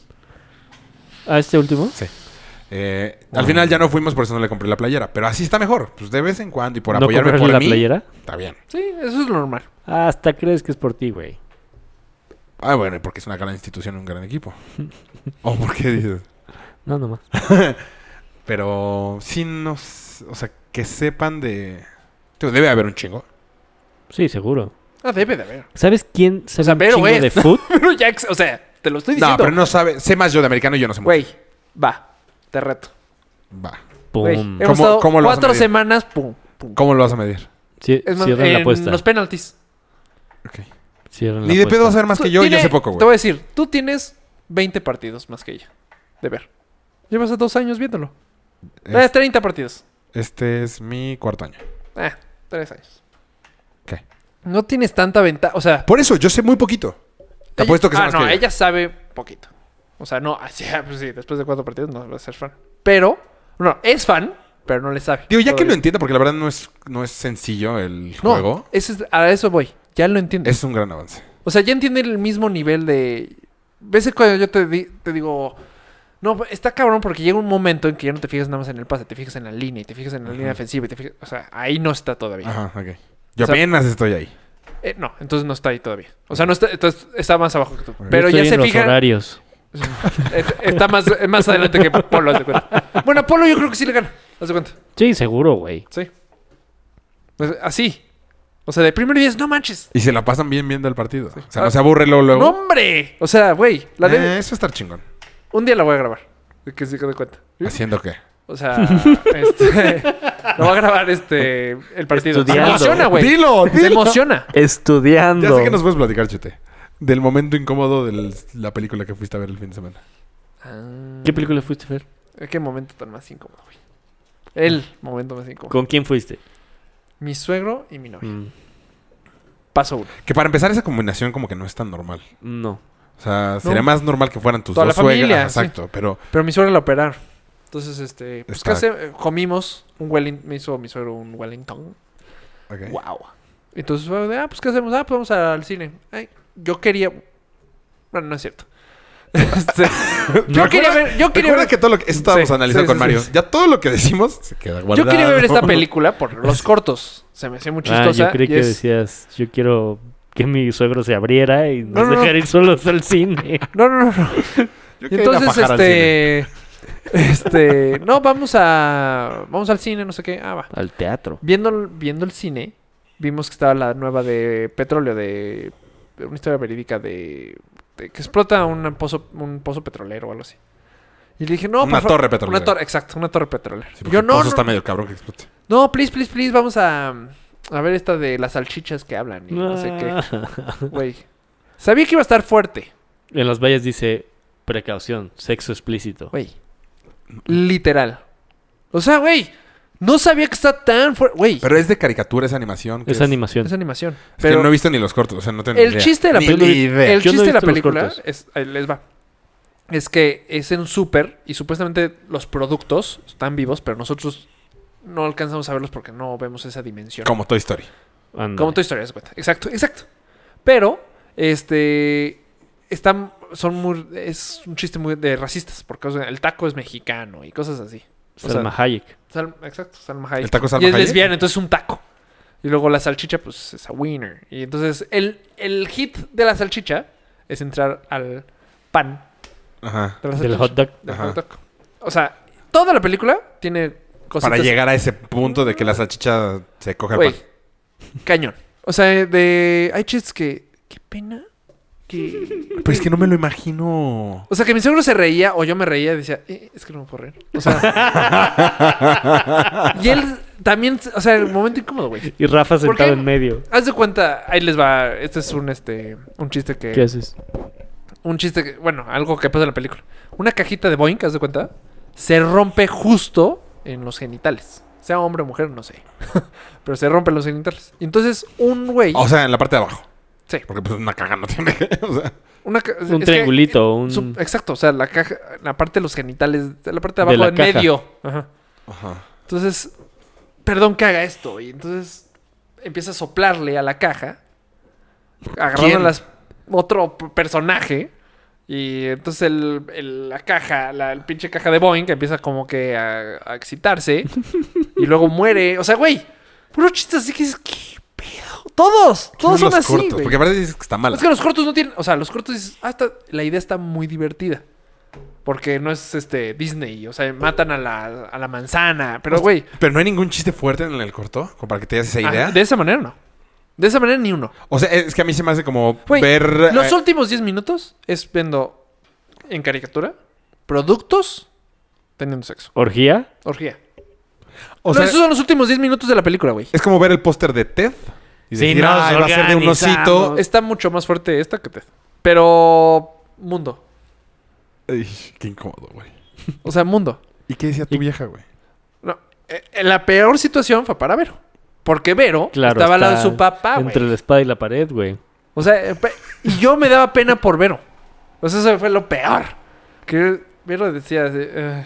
S4: ¿A este último?
S3: Eh, Al final ya no fuimos, por eso no le compré la playera. Pero así está mejor. Pues de vez en cuando y por
S4: ¿No
S3: apoyarme
S4: comprarle
S3: por
S4: la
S3: mí.
S4: playera?
S3: Está bien.
S5: Sí, eso es lo normal.
S4: Hasta crees que es por ti, güey.
S3: Ah, bueno, y porque es una gran institución y un gran equipo. o porque dices.
S4: No, nomás.
S3: Pero sí nos. O sea, que sepan de. Digo, debe haber un chingo.
S4: Sí, seguro.
S5: Ah, debe de haber.
S4: ¿Sabes quién sabe
S5: sea,
S4: un
S5: Vero
S4: chingo
S5: es.
S4: de foot?
S5: Pero ya, ex- o sea, te lo estoy
S3: No,
S5: diciendo.
S3: pero no sabe. Sé más yo de americano y yo no sé mucho.
S5: Güey, va, te reto.
S3: Va.
S5: Güey,
S4: Pum.
S5: hemos
S3: ¿Cómo-
S5: estado
S3: cómo lo vas a
S5: cuatro
S3: medir?
S5: semanas, pum, pum.
S3: ¿Cómo lo vas a medir?
S4: Cie-
S5: Es más,
S4: cierren la
S5: en
S4: apuesta.
S5: los penaltis.
S3: Ok.
S4: Cierren la
S3: Ni de
S4: apuesta.
S3: pedo vas a saber más
S5: Tú
S3: que yo y yo
S5: tiene-
S3: sé poco,
S5: Te voy a
S3: güey.
S5: decir, tú tienes 20 partidos más que ella. De ver. Llevas dos años viéndolo.
S3: Es-
S5: Eh, 30 partidos.
S3: Este es mi cuarto año.
S5: Ah, tres años.
S3: Ok.
S5: No tienes tanta ventaja. O sea,
S3: Por eso, yo sé muy poquito.
S5: ella-
S3: Te apuesto que sé
S5: Ah,
S3: más
S5: no,
S3: que yo.
S5: ella sabe poquito. O sea, no, así, ah, pues sí, después de cuatro partidos no va a ser fan. Pero, no, es fan, pero no le sabe.
S3: Digo, ya que lo
S5: Todavía.
S3: entienda, porque la verdad no es, no es sencillo el
S5: No,
S3: juego.
S5: ese es- a eso voy. Ya lo entiende.
S3: Es un gran avance.
S5: O sea, ya entiende el mismo nivel de. ¿Ves cuando yo te, di- te digo.? No, pues, está cabrón porque llega un momento en que ya no te fijas nada más en el pase, te fijas en la línea y te fijas en la línea defensiva y te fijas. O sea, ahí no está todavía.
S3: Ajá, ok. Yo
S5: O sea-
S3: apenas estoy ahí.
S5: Eh, no, entonces no está ahí todavía. O sea, no está, entonces está más abajo que tú.
S4: Yo
S5: Pero
S4: estoy
S5: ya
S4: en
S5: se
S4: los
S5: fija.
S4: horarios.
S5: Et- Está más, eh, más adelante que Polo, haz de cuenta. Bueno, a Polo yo creo que sí le gana. Haz de cuenta.
S4: Sí, seguro, güey.
S5: Sí. Pues, así. O sea, de primer 10, no manches.
S3: Y se la pasan bien viendo el partido. O sea,
S5: Ah.
S3: no se aburre luego.
S5: ¡No,
S3: luego.
S5: hombre! O sea, güey, la de-
S3: Eh, eso está chingón.
S5: un día la voy a grabar. De Que se dé cuenta.
S3: ¿Haciendo qué?
S5: O sea, este. Lo va a grabar este. El partido.
S4: Estudiando.
S5: Se emociona, güey.
S3: Dilo,
S5: Se
S3: dilo.
S5: emociona.
S4: Estudiando.
S3: Ya sé que nos puedes platicar, Chute. Del momento incómodo de la película que fuiste a ver el fin de semana.
S4: ¿Qué película fuiste a ver?
S5: Ah, Qué momento tan más incómodo, güey. El momento más incómodo.
S4: ¿Con quién fuiste?
S5: Mi suegro y mi novia.
S4: Mm,
S5: Paso uno.
S3: Que para empezar, esa combinación como que no es tan normal.
S4: No.
S3: O sea, sería más normal que fueran tus
S5: Toda la
S3: dos suegras.
S5: familia,
S3: Exacto, pero
S5: Pero mi suegra la operaron. Entonces, este. Pues,
S3: Está-
S5: ¿qué hace? Eh, Comimos un Wellington. Me hizo mi suegro un Wellington.
S3: ok.
S5: ¡Wow! Entonces fue de, ah, pues, ¿qué hacemos? Ah, pues vamos al cine. Ay, yo quería. Bueno, no es cierto. Este, yo
S3: Recuerda-
S5: quería ver. Yo quería
S3: recuerda
S5: ver.
S3: que todo lo que estábamos
S5: Sí,
S3: analizando
S5: sí,
S3: con
S5: sí,
S3: Mario,
S5: sí.
S3: ya todo lo que decimos se queda guardado.
S5: Yo quería ver esta película por los cortos. Se me hacía muy
S4: Ah,
S5: chistosa.
S4: yo creí
S5: y
S4: que
S5: es-
S4: decías, yo quiero que mi suegro se abriera y
S5: No,
S4: nos
S5: no, no.
S4: dejara ir solos al cine.
S5: No, no, no, no.
S3: Yo
S5: Y
S3: quería ir a
S5: entonces,
S3: fajar al cine.
S5: este. Este. No, vamos a. Vamos al cine, no sé qué. Ah, va.
S4: al teatro.
S5: Viendo, viendo el cine, vimos que estaba la nueva de petróleo, de, de una historia verídica de, de que explota un pozo, un pozo petrolero o algo así. Y le dije, no, por
S3: Una
S5: fa-
S3: torre petrolera.
S5: Una torre, exacto, una torre petrolera.
S3: Sí, porque
S5: Yo
S3: el
S5: no,
S3: pozo
S5: no,
S3: está medio cabrón que explote.
S5: no, please, please, please, vamos a, a ver esta de las salchichas que hablan y no
S4: Ah.
S5: sé qué, güey. Sabía que iba a estar fuerte,
S4: En las vallas dice, precaución, sexo explícito.
S5: güey. Literal. O sea, güey, no sabía que está tan fuerte, güey.
S3: Pero es de caricatura, es animación. ¿qué
S4: es animación.
S5: Es animación.
S3: Es que no he visto ni los cortos, o sea, no tengo ni
S5: El
S3: idea.
S5: chiste de la
S3: Ni
S5: película.
S3: idea.
S5: El
S4: Yo no
S5: chiste
S4: he
S5: de la
S4: visto los
S5: película
S4: cortos.
S5: es, ahí les va. Es que es en un súper y supuestamente los productos están vivos, pero nosotros no alcanzamos a verlos porque no vemos esa dimensión.
S3: Como Toy Story.
S4: Ándale.
S5: Como tu historia, haz de cuenta. Exacto, exacto. Pero, este. Están. Son muy. Es un chiste muy de racistas. Porque o sea, el taco es mexicano y cosas así. O sea,
S4: Salma Hayek.
S5: Salma- exacto, Salma Hayek.
S3: ¿El taco es
S5: Y
S3: Salma
S5: es
S3: Hayek?
S5: lesbiana, entonces es un taco. Y luego la salchicha, pues es a winner. Y entonces el, el hit de la salchicha es entrar al pan
S3: Ajá.
S5: de la
S4: Del
S5: salchicha,
S4: hot dog.
S5: del
S3: Ajá.
S5: hot dog. O sea, toda la película tiene cositas.
S3: Para llegar a ese punto de que la salchicha se coge el
S5: Pues Güey,
S3: pan.
S5: cañón. O sea, de. Hay chistes que. Qué pena. Que.
S3: Pero es que no me lo imagino.
S5: O sea, que mi seguro se reía o yo me reía y decía, "Eh, es que no me puedo reír. O sea. y él también, o sea, el momento incómodo, güey.
S4: Y Rafa
S5: ¿Por
S4: sentado
S5: qué?
S4: en medio.
S5: Haz de cuenta, ahí les va. Este es un este un chiste que
S4: ¿Qué haces?
S5: un chiste que, bueno, algo que pasa en la película. Una cajita de Boeing, haz de cuenta, se rompe justo en los genitales. Sea hombre o mujer, no sé. Pero se rompen los genitales. Y entonces un güey,
S3: O sea, en la parte de abajo.
S5: Sí.
S3: Porque pues una caja no tiene que... O sea,
S5: una ca- es
S4: Un
S5: que-
S4: triangulito, un...
S5: su- exacto, o sea, la caja, la parte de los genitales, de la parte de abajo
S4: De la
S5: en
S4: caja.
S5: medio. Ajá.
S3: ajá.
S5: Entonces, perdón que haga esto. Y entonces empieza a soplarle a la caja. Agarrando
S3: ¿Quién?
S5: las, otro p- personaje. Y entonces el, el- la caja, la el pinche caja de Boeing, que empieza como que a, a excitarse. y luego muere. O sea, güey, puros chistes así que es. ¿Qué pedo? Todos, todos
S3: Los
S5: son así.
S3: cortos,
S5: güey.
S3: porque aparte dices que está mala.
S5: Es que los cortos no tienen. O sea, los cortos dices. Ah, está- la idea está muy divertida. Porque no es este Disney. O sea, matan a la, a la manzana. Pero, güey.
S3: Pero no hay ningún chiste fuerte en el corto, como para que te des esa idea.
S5: ah, de esa manera no. De esa manera ni uno.
S3: O sea, es que a mí se me hace como
S5: Güey,
S3: ver...
S5: los
S3: eh,
S5: últimos 10 minutos es viendo en caricatura productos teniendo sexo.
S4: ¿Orgía?
S5: Orgía.
S3: o
S5: No,
S3: sea,
S5: esos son los últimos 10 minutos de la película, güey.
S3: es como ver el póster de Ted. Y
S4: Sí,
S3: decir,
S4: nos
S3: "Ay, va a ser de un osito.
S4: organizamos.
S5: Está mucho más fuerte esta que Ted. Pero. Mundo.
S3: Ay, qué incómodo, güey.
S5: O sea, mundo.
S3: ¿Y qué decía tu vieja, güey?
S5: No, eh, eh, la peor situación fue para Vero. Porque Vero
S4: Claro,
S5: estaba al lado de
S4: está
S5: su papá, güey.
S4: Entre la espada y la pared, güey.
S5: O sea, eh, pe- y yo me daba pena por Vero. O sea, eso fue lo peor. Que Vero decía... así, eh,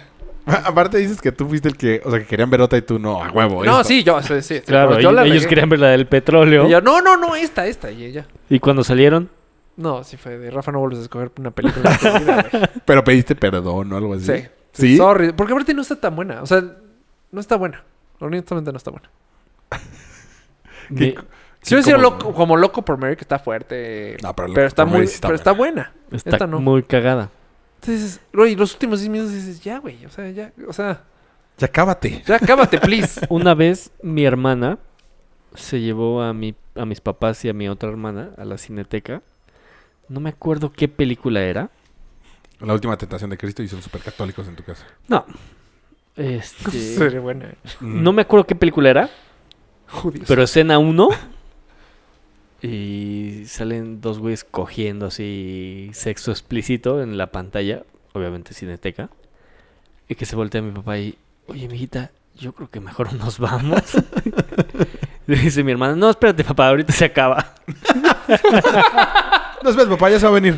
S3: Aparte dices que tú fuiste el que... O sea, que querían ver otra y tú no, a huevo.
S5: No,
S3: esta".
S5: sí, yo, sí, sí.
S4: Claro,
S5: yo la
S4: ellos, ellos
S5: regué.
S4: querían ver la del petróleo.
S5: Y yo, no, no, no, esta, esta. Y ella...
S4: Y cuando salieron,
S5: No, sí fue de Rafa no vuelves a escoger una película. en tu vida, güey".
S3: Pero pediste perdón o algo así.
S5: sí.
S3: ¿Sí?
S5: Sorry. Porque aparte no está tan buena. O sea, no está buena. Honestamente no está buena.
S4: mi-
S5: Si hubiera sido
S3: como-
S5: loco, como loco por Mary, que está fuerte.
S3: No, pero Loco
S5: está
S3: por Mary
S5: muy...
S3: sí está
S5: pero está buena.
S4: está
S5: Esta no.
S4: muy cagada.
S5: Entonces dices, güey, los últimos 10 minutos dices, ya, güey, o sea, ya, o sea,
S3: Ya cábate.
S5: ya cábate, please.
S4: Una vez mi hermana se llevó a, mi, a mis papás y a mi otra hermana a la cineteca. No me acuerdo qué película era.
S3: La última tentación de Cristo y son súper católicos en tu casa.
S4: No. Este,
S5: Sería buena.
S3: Mm.
S4: no me acuerdo qué película era,
S5: Judíos.
S4: pero escena uno. Y salen dos güeyes cogiendo así sexo explícito en la pantalla, obviamente cineteca. Y que se voltea mi papá y, oye, mijita, yo creo que mejor nos vamos. Le dice mi hermana, no, espérate, papá, ahorita se acaba.
S3: Nos ves, papá, ya se va a venir.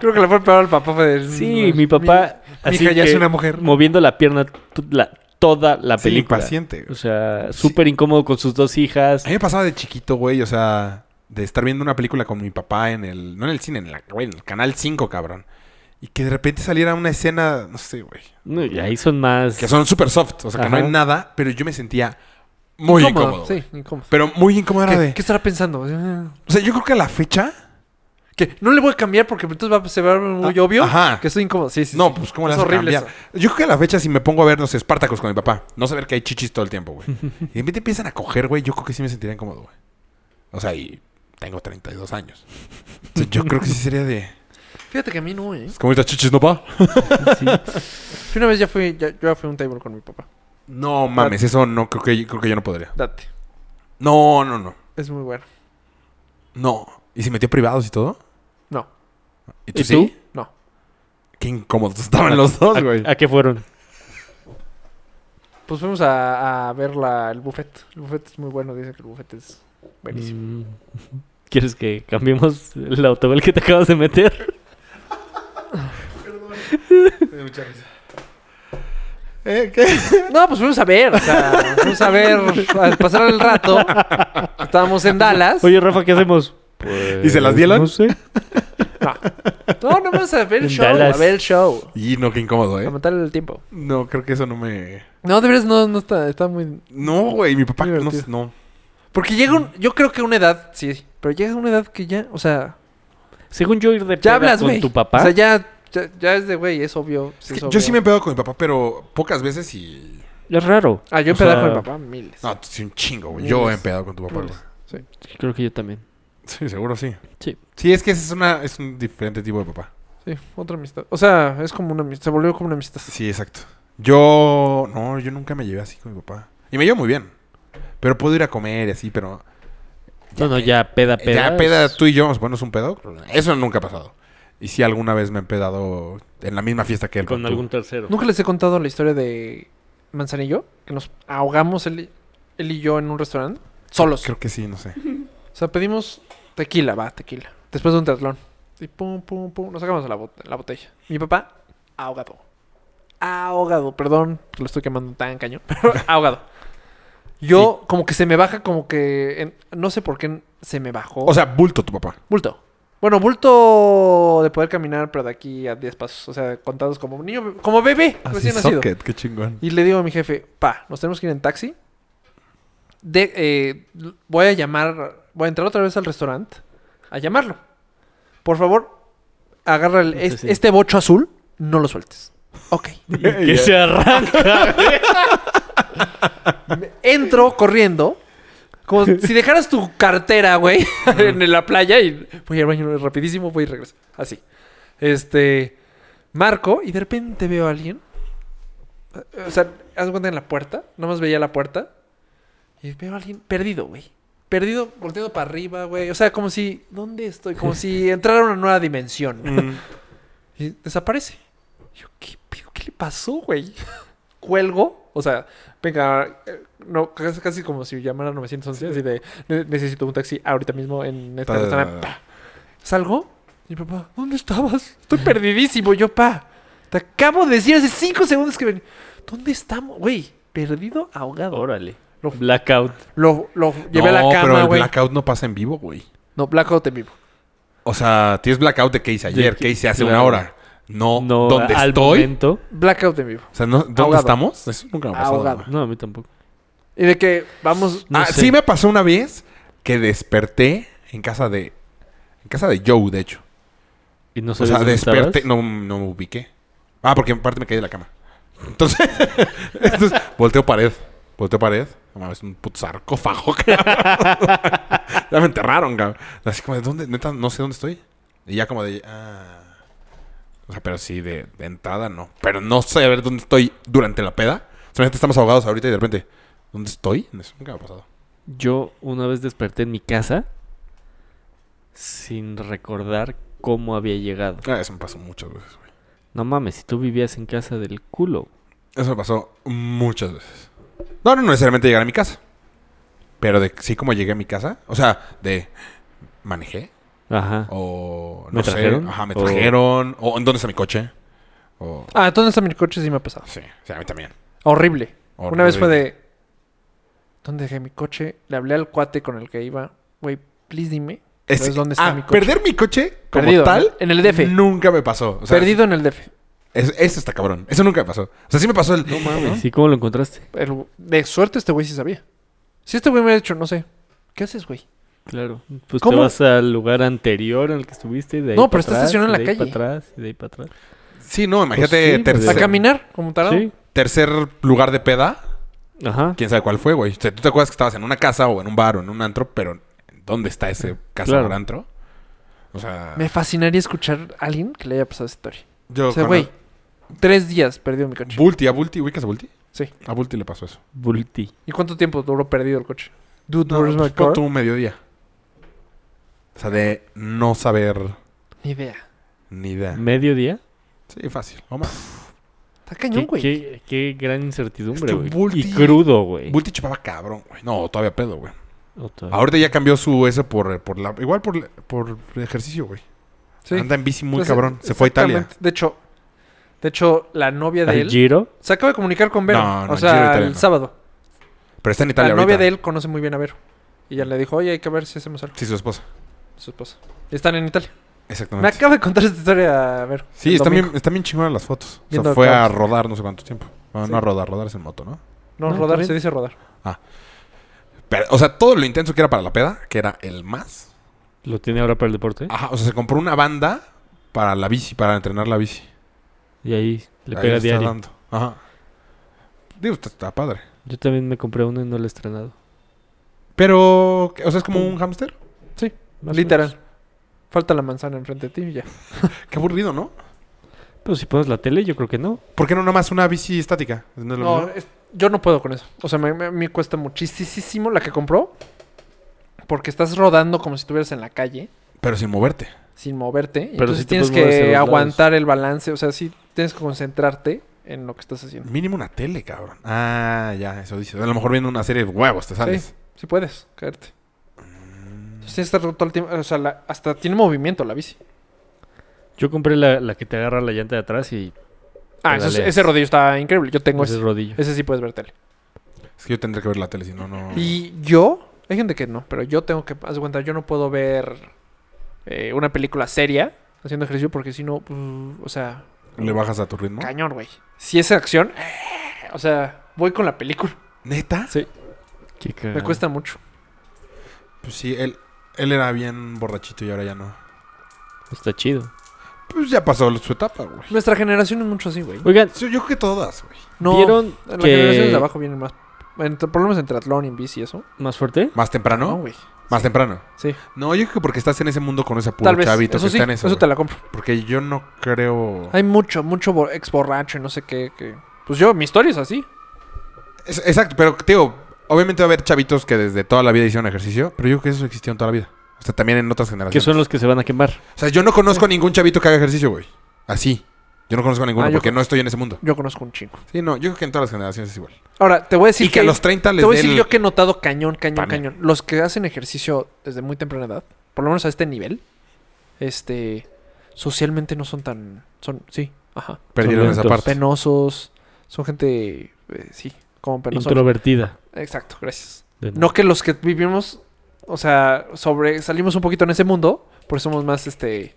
S5: Creo que la fue peor al papá fue de...
S4: Sí, mi papá.
S5: Mm, Mi,
S4: así
S5: hija ya
S4: que
S5: es una mujer.
S4: Moviendo la pierna tu- la- toda la
S3: Sí,
S4: película.
S3: impaciente.
S4: o sea, súper incómodo con sus dos hijas.
S3: A mí me pasaba de chiquito, güey, o sea, de estar viendo una película con mi papá en el. No en el cine, en, la, güey, en el canal 5, cabrón. Y que de repente saliera una escena, no sé, güey.
S4: No, y ahí son más.
S3: Que son súper soft, o sea, que no
S4: Ajá.
S3: hay nada, pero yo me sentía muy incómodo. güey.
S5: Sí, incómodo.
S3: Pero muy incómodo era
S5: ¿Qué,
S3: de.
S5: qué estará pensando? Eh,
S3: O sea, yo creo que a la fecha.
S5: Que no le voy a cambiar porque entonces va, se va a ver muy
S3: Ah,
S5: obvio
S3: ajá.
S5: que estoy incómodo. Sí, sí,
S3: no,
S5: sí.
S3: pues, ¿cómo la
S5: Es
S3: vas a
S5: horrible
S3: cambiar? Yo creo que a la fecha, si me pongo a ver, no sé, Espartacos con mi papá, no saber que hay chichis todo el tiempo, güey. y de repente empiezan a coger, güey, yo creo que sí me sentiría incómodo, güey. O sea, y tengo 32 años. Entonces, yo creo que sí sería de.
S5: eso. Fíjate que a mí no, eh.
S3: ¿Cómo estas chichis no va?
S4: sí.
S5: Yo una vez ya fui, ya, yo ya fui a un table con mi papá.
S3: No mames, eso "Oh, no creo que creo que yo no podría.
S5: Date.
S3: No, no, no.
S5: Es muy bueno.
S3: No. ¿Y si metió privados y todo?
S5: No,
S3: ¿Y
S4: ¿Y
S3: sí?
S5: no.
S3: Qué incómodos estaban los dos, güey.
S4: ¿A qué fueron?
S5: Pues fuimos a, a ver la, el buffet. El buffet es muy bueno. Dicen que el buffet es buenísimo.
S4: Mm, ¿Quieres que cambiemos el autobús que te acabas de meter?
S3: Eh, ¿qué?
S5: No, pues fuimos a ver, o sea, fuimos a ver, a pasar el rato. Estábamos en Dallas.
S4: Oye, Rafa, ¿qué hacemos? Pues,
S3: ¿Y se las dieron?
S4: No sé.
S5: No. No, no vamos a ver el
S4: En
S5: show.
S4: Dallas.
S5: A ver el show.
S3: Y no, qué incómodo,
S5: A
S3: ¿eh?
S5: matar el tiempo.
S3: No, creo que eso no me...
S5: No, de veras no, no está, está muy.
S3: No, güey, mi papá... No,
S5: Divertido.
S3: no.
S5: Porque llega un. Yo creo que una edad, sí. Pero llega una edad que ya, o sea.
S4: Según yo, ir de
S5: Ya
S4: peda
S5: hablas,
S4: con
S5: güey.
S4: tu papá.
S5: O sea, ya, ya, ya es de güey, es obvio. sí
S3: Es
S5: es
S3: que
S5: obvio.
S3: yo sí me pedo con mi papá, pero pocas veces y...
S4: Es raro.
S5: Ah, yo
S4: O
S5: he pedado
S4: sea,
S5: con mi papá miles.
S3: No, sí, un chingo, güey. Yo he
S5: Miles.
S3: empedado con tu papá,
S5: Miles.
S3: güey.
S4: Creo que yo también.
S3: Sí, seguro sí.
S4: Sí.
S3: Sí, es que es, una, es un diferente tipo de papá.
S5: Sí, otra amistad. O sea, es como una amistad. Se volvió como una amistad.
S3: Sí, exacto. Yo... No, yo nunca me llevé así con mi papá. Y me llevo muy bien. Pero puedo ir a comer y así, pero...
S4: No, no, ya peda, peda.
S3: Ya peda
S4: es-
S3: tú y yo, bueno, es un pedo. Eso nunca ha pasado. Y si alguna vez me he pedado en la misma fiesta que él.
S4: Con
S3: tú.
S4: algún tercero.
S5: Nunca les he contado la historia de Manzanillo, que nos ahogamos él, y- él y yo en un restaurante, solos.
S3: Creo que sí, no sé.
S5: O sea, pedimos tequila, va, tequila. Después de un triatlón. Y pum, pum, pum, nos sacamos la, bot- la botella. Mi papá, ahogado. Ahogado, perdón, que lo estoy quemando tan cañón, pero ahogado. Yo, como que se me baja, como que. en- no sé por qué se me bajó.
S3: O sea, bulto tu papá.
S5: Bulto. Bueno, bulto de poder caminar, pero de aquí a 10 pasos. O sea, contados como un niño, como bebé,
S4: Pues
S5: recién nacido.
S3: Ah, qué chingón.
S5: Y le digo a mi jefe, pa, nos tenemos que ir en taxi. De, eh, l- voy a llamar, voy a entrar otra vez al restaurante a llamarlo. Por favor, agarra el- es-
S4: sí.
S5: este bocho azul, no lo sueltes. Ok.
S4: Que se arranca.
S5: Entro corriendo. Como si dejaras tu cartera, güey, en la playa y voy al baño rapidísimo, voy y regreso. Así. Este. Marco y de repente veo a alguien. O sea, haz de cuenta en la puerta. Nada más veía la puerta. Y veo a alguien perdido, güey. Perdido, volteando para arriba, güey. O sea, como si. ¿Dónde estoy? Como si entrara a una nueva dimensión.
S3: Mm.
S5: Y desaparece. Yo, ¿qué pedo? ¿Qué le pasó, güey? Cuelgo. O sea, venga, eh, no, casi, casi como si llamara 911, así de "Ne- necesito un taxi ahorita mismo en este
S3: Ta-
S5: restaurante. Pa. Salgo y mi papá, ¿dónde estabas? Estoy perdidísimo. Yo, pa, te acabo de decir hace cinco segundos que ven. ¿Dónde estamos? Güey, perdido, ahogado.
S4: Órale.
S5: Lo-
S4: Blackout.
S5: Lo, lo llevé a la
S3: pero
S5: cama,
S3: el
S5: güey.
S3: blackout no pasa en vivo, güey.
S5: No, blackout en vivo.
S3: O sea, tienes blackout de que hice ayer,
S4: De-
S3: que hice hace
S4: claro.
S3: una hora. No,
S4: No,
S3: ¿dónde
S4: al
S3: estoy?
S4: momento.
S5: Blackout en vivo.
S3: O sea, no, ¿dónde
S5: Ahogado.
S3: estamos? Eso nunca me ha pasado.
S5: Ahogado.
S3: güey.
S4: No, a mí tampoco.
S5: Y de que vamos.
S4: No
S3: ah,
S4: sé.
S3: sí me pasó una vez que desperté en casa de... En casa de Joe, de hecho.
S4: Y no
S3: O
S4: sabías
S3: sea,
S4: dónde
S3: desperté,
S4: estabas.
S3: no, no me ubiqué. Ah, porque en parte me caí de la cama. Entonces, entonces volteo pared. Volteo pared. No mames, un puto sarcófago, cabrón. ya me enterraron, cabrón. Así como, de ¿dónde? Neta, no sé dónde estoy. Y ya como de, ah. O sea, pero sí, de, de entrada no. Pero no sé a ver dónde estoy durante la peda. O sea, neta, estamos ahogados ahorita y de repente, ¿dónde estoy? Eso nunca me ha pasado.
S4: Yo una vez desperté en mi casa sin recordar cómo había llegado.
S3: Ah, eso me pasó muchas veces, güey.
S4: No mames, si tú vivías en casa del culo.
S3: Eso me pasó muchas veces. No, no, no necesariamente llegar a mi casa. Pero de sí como llegué a mi casa. O sea, de manejé.
S4: Ajá.
S5: Oh.
S3: O no
S4: ¿Me
S3: sé.
S4: trajeron?
S3: Ajá, me
S4: O-
S3: trajeron. O, ¿en dónde está mi coche? O.
S5: Ah, ¿dónde está mi coche? Sí me ha pasado.
S3: Sí, sí, a mí también.
S5: Horrible. Una vez fue
S3: Horrible.
S5: de. ¿Dónde dejé mi coche? Le hablé al cuate con el que iba. Güey, please dime.
S3: Es-
S5: ¿sabes ¿Dónde está
S3: ah,
S5: mi coche?
S3: Perder mi coche como
S5: Perdido,
S3: tal.
S5: en el DF.
S3: Nunca me pasó. O sea,
S5: Perdido en el DF.
S3: es- eso está cabrón. Eso nunca me pasó. O sea, sí me pasó el. No mames.
S4: Sí, ¿cómo lo encontraste?
S5: El- de suerte este güey sí sabía. Si este güey me hubiera dicho, no sé. ¿Qué haces, güey?
S4: Claro. Pues
S5: ¿Cómo?
S4: te vas al lugar anterior en el que estuviste y de ahí
S5: No,
S4: pa'
S5: pero está
S4: atrás, y
S5: estacionado en la
S4: de ahí
S5: calle.
S4: Para atrás, y de ahí para atrás.
S3: Sí, no,
S4: Pues
S3: imagínate
S4: sí,
S5: ¿A
S4: Sí.
S3: tercer,
S5: caminar como tarado?
S4: Sí.
S3: tercer lugar de peda.
S4: Ajá.
S3: quién sabe cuál fue, güey. O sea, tú te acuerdas que estabas en una casa o en un bar o en un antro, pero ¿dónde está ese casa
S4: Claro.
S3: o antro? O sea,
S5: Me fascinaría escuchar a alguien que le haya pasado esa historia.
S3: yo
S5: O sea,
S3: cuando-
S5: güey, tres días perdido mi coche.
S3: Bulti, a Bulti, ubicas a Bulti?
S5: Sí.
S3: A Bulti le pasó eso.
S4: Bulti.
S5: ¿Y cuánto tiempo duró perdido el coche? Dude,
S3: No,
S5: where's my
S3: pues,
S5: car?
S3: pon tú un mediodía. O sea, de no saber
S5: Ni idea.
S3: ni
S5: Ah.
S3: idea.
S5: Mm.
S4: ¿Mediodía?
S3: Sí, fácil. O más.
S5: Está
S4: ¿Qué,
S5: cañón, güey.
S4: qué- qué gran incertidumbre,
S3: Es que
S4: güey.
S3: Bulti-
S4: Y crudo, güey.
S3: Bulti chupaba cabrón, güey. No, todavía pedo, güey.
S4: Otra vez.
S3: Ahorita ya cambió su eso por, por la igual por, por ejercicio, güey.
S5: Sí.
S3: Anda en bici muy
S5: Pues,
S3: cabrón. Se fue a Italia.
S5: exactamente. De hecho, de hecho, la novia de
S4: ¿Al
S5: él
S4: Giro?
S5: se acaba de comunicar con Vero.
S3: No, no,
S5: o
S3: el Giro de
S5: sea,
S3: Italia
S5: el
S3: no.
S5: sábado.
S3: Pero está en Italia
S5: la
S3: ahorita.
S5: novia de él conoce muy bien a Vero. Y ya le dijo, oye, hay que ver si hacemos algo.
S3: Sí, su esposa.
S5: Su esposa. Y Están en Italia. Me
S3: Exactamente.
S5: acaba de contar esta historia. A ver.
S3: Ah, Sí,
S5: el
S3: están bien,
S5: domingo.
S3: están bien chingonas las fotos. O
S5: Viendo
S3: sea, fue a
S5: caos.
S3: rodar no sé cuánto tiempo. Bueno,
S5: Sí.
S3: no a rodar, rodar es en moto, ¿no?
S5: No,
S4: No, está
S5: rodar,
S4: bien.
S5: se dice rodar.
S3: Pero, o sea, todo lo intenso que era para la peda, que era el más.
S4: ¿Lo tiene ahora para el deporte?
S5: Ah.
S3: Ajá, o sea, se compró una banda para la bici, para entrenar la bici.
S4: Y ahí le
S3: Ahí
S4: pega
S3: está
S4: diario.
S3: dando. Ajá. Digo, está, está padre.
S4: Yo también me compré uno y no lo he estrenado.
S3: Pero, ¿qué? o sea, es como un hámster.
S5: Sí,
S4: Más o
S5: literal.
S4: menos.
S5: Falta la manzana enfrente de ti y ya.
S3: Qué aburrido, ¿no?
S4: Pero si pones la tele, yo creo que no.
S3: ¿Por qué no nomás una bici estática? ¿No es lo
S5: No, eh.
S3: mismo?
S5: es- yo no puedo con eso. O sea, me, me- me cuesta muchísimo la que compró. Porque estás rodando como si estuvieras en la calle,
S3: Pero sin moverte.
S5: sin moverte. y
S4: Pero
S5: entonces
S4: sí te
S5: tienes
S4: puedes mover hacia
S5: que
S4: los lados.
S5: aguantar el balance. O sea, sí tienes que concentrarte en lo que estás haciendo.
S3: Mínimo una tele, cabrón. Ah, ya, eso dices. A lo mejor viendo una serie de huevos te sales.
S5: Si puedes, caerte. Entonces tienes que estar todo el tiempo. O sea, la- hasta tiene movimiento la bici.
S4: Yo compré la, la que te agarra la llanta de atrás y
S5: Ah, eso es-
S4: Pedaleas.
S5: ese rodillo está increíble. Yo tengo
S4: ese
S5: ese.
S4: rodillo.
S5: Ese sí puedes ver tele.
S3: Es que yo tendré que ver la tele, si no, no.
S5: Y yo, hay gente que no, pero yo tengo que, haz de cuenta, yo no puedo ver eh, una película seria haciendo ejercicio porque si no, uh, o sea,
S3: Le bajas a tu ritmo.
S5: cañón, güey. Si es acción, eh, o sea, voy con la película.
S3: ¿Neta?
S5: Sí,
S4: Qué
S5: me
S4: cagado.
S5: cuesta mucho.
S3: Pues sí, él, él era bien borrachito y ahora ya no.
S4: Está chido.
S3: Pues ya pasó su etapa, güey.
S5: Nuestra generación es mucho así, güey.
S4: Oigan,
S3: Sí, yo creo que todas, güey.
S5: No,
S4: ¿vieron
S5: la
S4: que-
S5: generación de abajo viene más. en- por lo menos en triatlón y en bici, eso.
S4: ¿más fuerte?
S3: ¿Más temprano?
S5: No, güey.
S3: Más temprano.
S5: Sí,
S3: No, yo creo que porque estás en ese mundo con ese puro
S5: tal vez.
S3: chavito
S5: eso
S3: que
S5: sí,
S3: está en
S5: eso,
S3: eso.
S5: te
S3: güey.
S5: la compro.
S3: Porque yo no creo.
S5: Hay mucho, mucho bo- ex borracho y no sé qué. que- Pues yo, mi historia es así.
S3: Es- exacto, pero tío, obviamente va a haber chavitos que desde toda la vida hicieron ejercicio, pero yo creo que eso existió en toda la vida. O sea, también en otras generaciones.
S4: Que son los que se van a quemar.
S3: O sea, yo no conozco a ningún chavito que haga ejercicio, güey. Así. Yo no conozco a ninguno
S5: Ah, yo
S3: porque
S5: con-
S3: no estoy en ese mundo.
S5: Yo conozco un chingo.
S3: Sí, no, yo creo que en todas las generaciones es igual.
S5: Ahora, te voy a decir
S3: y que a
S5: hay-
S3: los 30 les
S5: Te voy a
S3: dé
S5: decir
S3: el-
S5: yo que he notado cañón, cañón,
S3: También.
S5: cañón. Los que hacen ejercicio desde muy temprana edad, por lo menos a este nivel, este, socialmente no son tan, son, sí, ajá,
S3: perdieron
S4: Son
S3: esa
S4: lentos.
S3: parte.
S5: penosos, son gente, eh, sí, como penosos.
S4: Introvertida.
S5: Exacto, gracias.
S4: De-
S5: No que los que vivimos, o sea, sobre, salimos un poquito en ese mundo, porque somos más, este,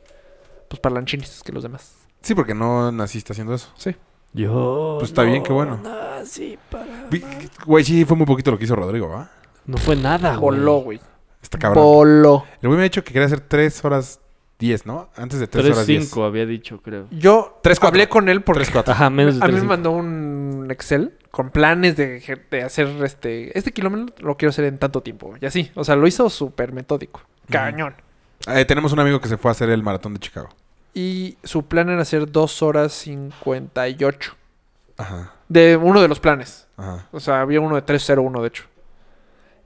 S5: pues parlanchines que los demás.
S3: Sí, porque no naciste haciendo eso.
S4: Yo.
S3: Pues está
S4: no,
S3: bien, qué bueno.
S4: No, sí, para.
S3: Vi- Güey, sí, fue muy poquito lo que hizo Rodrigo, ¿va?
S4: No fue nada, güey.
S5: Voló, güey.
S3: Está Ah, cabrón.
S5: Voló.
S3: El güey me ha dicho que quería hacer 3 horas 10, ¿no? Antes de 3 horas 10.
S4: 3-5 había dicho, creo.
S5: Yo
S3: Tres, cuatro.
S5: hablé con él porque
S3: 3, 4.
S4: Ajá, menos de
S5: A mí me
S4: 3
S5: mandó un Excel con planes de, ejer- de hacer este. Este kilómetro lo quiero hacer en tanto tiempo. Y así. O sea, lo hizo súper metódico. Cañón.
S3: Eh, tenemos un amigo que se fue a hacer el maratón de Chicago.
S5: Y su plan era hacer 2 horas 58.
S3: Ajá,
S5: De uno de los planes.
S3: ajá.
S5: O sea, había uno de 301, de hecho.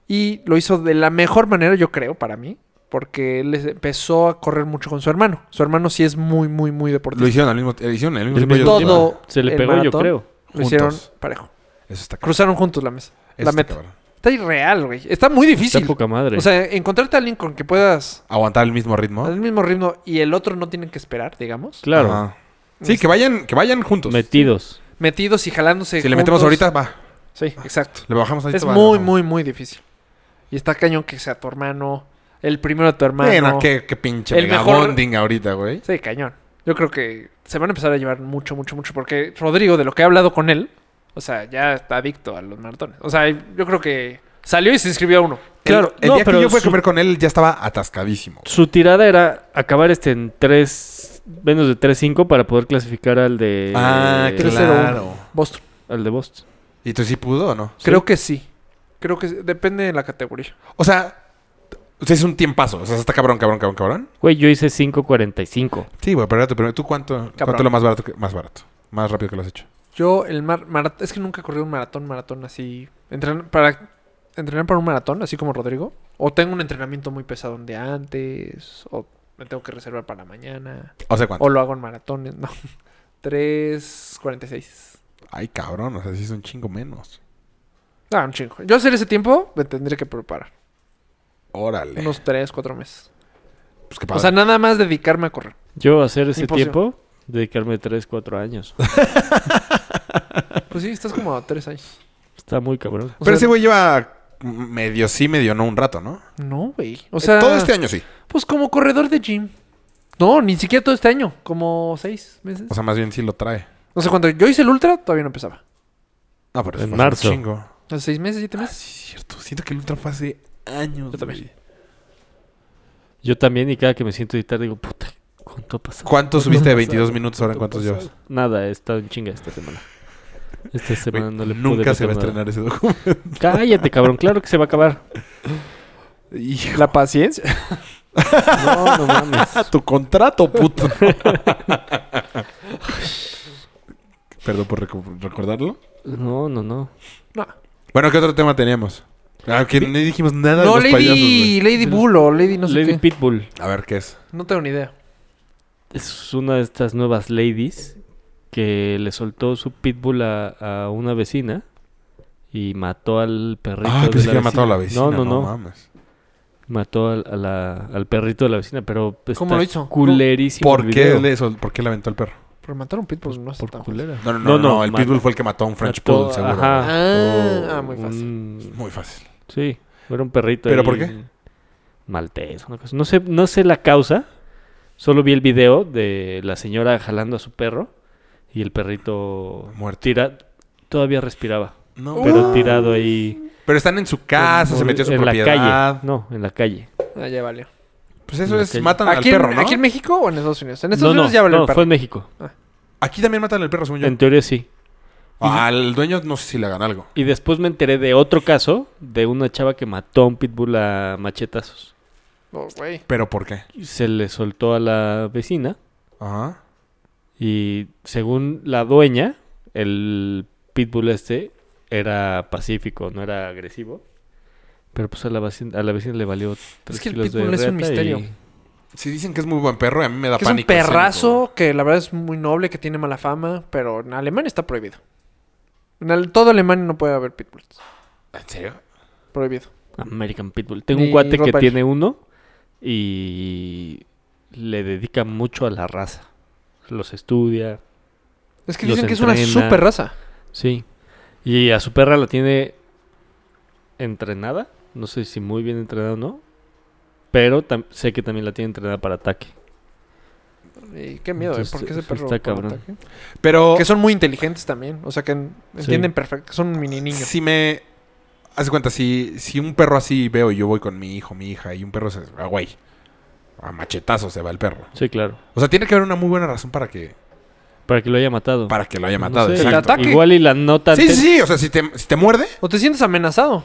S5: Y lo hizo de la mejor manera, yo creo, para mí. Porque él es- empezó a correr mucho con su hermano. Su hermano sí es muy, muy, muy deportista.
S3: Lo hicieron al mismo, eh, hicieron al mismo
S4: El mismo
S3: tiempo. ellos dos,
S5: tiempo.
S3: ¿verdad?
S4: Se le
S5: el
S4: pegó, yo
S5: maratón.
S4: creo.
S5: Lo hicieron
S3: juntos.
S5: parejo.
S3: Eso está cabrón.
S5: Cruzaron juntos la mesa.
S3: Eso
S5: la
S3: está
S5: meta.
S3: cabrón.
S5: Está irreal, güey. Está muy difícil.
S4: Está poca madre.
S5: O sea, encontrarte a alguien con que puedas
S3: Aguantar el mismo ritmo.
S5: al mismo ritmo y el otro no tienen que esperar, digamos.
S4: claro.
S3: Ajá. Sí, que vayan, que vayan juntos.
S4: Metidos.
S5: Metidos y jalándose.
S3: si le metemos
S5: juntos.
S3: ahorita, va.
S5: Sí, exacto.
S3: Le bajamos ahorita.
S5: Es
S3: va,
S5: muy,
S3: no.
S5: muy, muy difícil. Y está cañón que sea tu hermano, el primero de tu hermano.
S3: Bueno, qué, qué pinche
S5: El
S3: mega
S5: mejor-
S3: bonding ahorita, güey.
S5: Sí, cañón. Yo creo que se van a empezar a llevar mucho, mucho, mucho. Porque Rodrigo, de lo que he hablado con él, o sea, ya está adicto a los maratones. O sea, yo creo que salió y se inscribió a uno.
S4: Claro,
S3: El
S4: no,
S3: día
S4: pero
S3: que yo fui a
S4: su-
S3: comer con él, ya estaba atascadísimo.
S4: Su tirada era acabar este en 3. Menos de 3-5 para poder clasificar al de.
S3: ah,
S5: tres, cero,
S3: claro.
S5: Boston.
S4: Al de Boston.
S3: ¿Y tú sí pudo o no?
S5: Creo que sí. Creo que sí. depende de la categoría.
S3: O sea, o sea, es un tiempazo. O sea, está cabrón, cabrón, cabrón, cabrón.
S4: Güey, yo hice 5.45.
S3: Sí, güey, pero era tu primer- ¿Tú cuánto, cuánto es lo más barato? que- más barato. Más rápido que lo has hecho.
S5: Yo, el mar, marat- es que nunca corrí un maratón, maratón así. Entrenar para, entrenar para un maratón, así como Rodrigo. O tengo un entrenamiento muy pesado un día antes. O me tengo que reservar para mañana.
S3: O sea, ¿cuánto?
S5: O lo hago en maratones. No. 3.46.
S3: Ay, cabrón, o sea, sí es un chingo menos.
S5: Ah, un chingo. Yo hacer ese tiempo me tendré que preparar.
S3: Órale.
S5: Unos 3, 4 meses.
S3: Pues qué
S5: O sea,
S3: padre.
S5: nada más dedicarme a correr.
S4: Yo hacer ese
S5: Imposible.
S4: tiempo, dedicarme 3-4 años.
S5: Pues sí, estás como a 3 años.
S4: Está muy cabrón.
S5: o
S3: pero
S5: sea-
S3: ese güey lleva medio sí, medio no un rato, ¿no?
S5: No, güey. O sea,
S3: Eh, Todo este año sí.
S5: pues como corredor de gym. No, ni siquiera todo este año. Como seis meses.
S3: O sea, más bien sí lo trae.
S5: No sé, cuando yo hice el ultra, todavía no empezaba.
S3: Ah, pero
S4: En
S3: eso fue hace un
S4: marzo.
S3: chingo.
S5: Hace seis meses, siete
S3: Ah,
S5: meses.
S3: sí, es cierto. Siento que el Ultra fue hace años.
S5: Yo también.
S3: güey.
S4: Yo también, y cada que me siento editar, digo, puta, ¿cuánto pasó?
S3: ¿Cuánto subiste de 22 minutos ahora en cuántos llevas?
S4: Nada, he estado en chinga esta semana. Esta semana
S3: Güey,
S4: no le pude
S3: nunca se va a
S4: meter nada.
S3: estrenar ese documento.
S4: Cállate, cabrón, claro que se va a acabar.
S3: Hijo,
S5: La paciencia.
S4: No, no mames.
S3: tu contrato, puto. Perdón por recu- recordarlo.
S4: No, no, no.
S5: No,
S3: Bueno, ¿qué otro tema teníamos? Ah, que no dijimos nada
S5: no
S3: de los payasos,
S5: Lady,
S3: güey.
S5: Lady Bull o Lady no sé
S4: Lady
S5: qué.
S4: Pitbull
S3: A ver, ¿qué es?
S5: No tengo ni idea.
S4: es una de estas nuevas ladies que le soltó su pitbull a, a una vecina y mató al perrito.
S3: Ah,
S4: de
S3: pensé
S4: la
S3: que había matado a la vecina.
S4: vecina. No, no, no.
S3: mames.
S4: mató al, a la- al perrito de la vecina, pero está
S5: ¿Cómo lo hizo?
S4: culerísimo. el
S3: ¿Por qué,
S4: video.
S3: le, sol- ¿Por qué le aventó al perro?
S5: Pero matar un pitbull no es
S4: Pues Por
S5: tan
S4: culera.
S3: No, no, no.
S4: No,
S3: no,
S4: no,
S3: el
S4: mata-
S3: pitbull fue el que mató a un French
S4: Mató-
S3: poodle, seguro.
S4: ajá,
S5: Ah,
S4: o
S5: ah, muy fácil.
S4: un-
S3: Muy fácil.
S4: Sí, era un perrito.
S3: ¿Pero
S4: ahí,
S3: por qué?
S4: Maltés, una cosa. No sé, no sé la causa. Solo vi el video de la señora jalando a su perro y el perrito
S3: Muerto.
S4: tira- todavía respiraba,
S3: No,
S4: pero
S3: mames.
S4: tirado ahí.
S3: Pero están en su casa, Ah, se metió a su
S4: en
S3: propiedad.
S4: La calle. No, en la calle.
S5: Ah, ya valió.
S3: Pues eso
S4: En la
S3: es,
S4: calle.
S3: matan al
S5: ¿Aquí,
S3: perro,
S5: en,
S3: ¿no?
S5: ¿Aquí
S3: Aquí,
S5: en México o en Estados Unidos? En
S4: No,
S5: Estados
S4: no,
S5: Unidos ya valió
S4: no,
S5: el perro.
S4: fue en México.
S3: también matan al perro, según yo.
S4: En teoría sí.
S3: Ah, Al dueño no sé si le hagan algo.
S4: Y después me enteré de otro caso de una chava que mató a un pitbull a machetazos.
S5: Oh, güey.
S3: ¿Pero por qué?
S4: Se le soltó a la vecina
S3: Ajá.
S4: y según la dueña, el pitbull este era pacífico, no era agresivo. Pero pues a la vecina, a la vecina le valió tres
S5: que el
S4: kilos de
S5: pitbull es un
S4: reata
S5: misterio.
S4: y-
S3: Si dicen que es muy buen perro, a mí me da
S5: Que es un
S3: pánico.
S5: perrazo
S3: escénico.
S5: que la verdad es muy noble, que tiene mala fama, pero en Alemania está prohibido. En al- todo Alemania no puede haber pitbulls.
S3: ¿En serio?
S5: Prohibido.
S4: American Pitbull. Tengo
S5: Y
S4: un cuate que
S5: Rottweiler.
S4: tiene uno y le dedica mucho a la raza. Los estudia.
S5: Es que
S4: Los
S5: dicen que es una
S4: entrena.
S5: super raza.
S4: Sí. Y a su perra la tiene entrenada. No sé si muy bien entrenada o no. Pero tam- sé que también la tiene entrenada para ataque.
S5: Y qué miedo, ¿eh?
S4: Entonces,
S5: Porque ese
S4: eso
S5: perro.
S4: está
S5: por
S4: cabrón.
S5: ataque.
S3: Pero
S5: Que son muy inteligentes también. O sea, que en-
S4: Sí.
S5: entienden perfecto. que Son mini niños.
S3: si me... Haz de cuenta, si, si un perro así veo, yo voy con mi hijo, mi hija, y un perro se... Ah, güey. A machetazo se va el perro.
S4: Sí, claro.
S3: O sea, tiene que haber una muy buena razón para que,
S4: Para que lo haya matado.
S3: para que lo haya
S4: No
S3: matado.
S4: sé,
S5: El
S3: exacto.
S5: ataque.
S4: Igual y la nota.
S3: Sí, sí, sí. O sea, si te, si te muerde...
S5: O te sientes amenazado.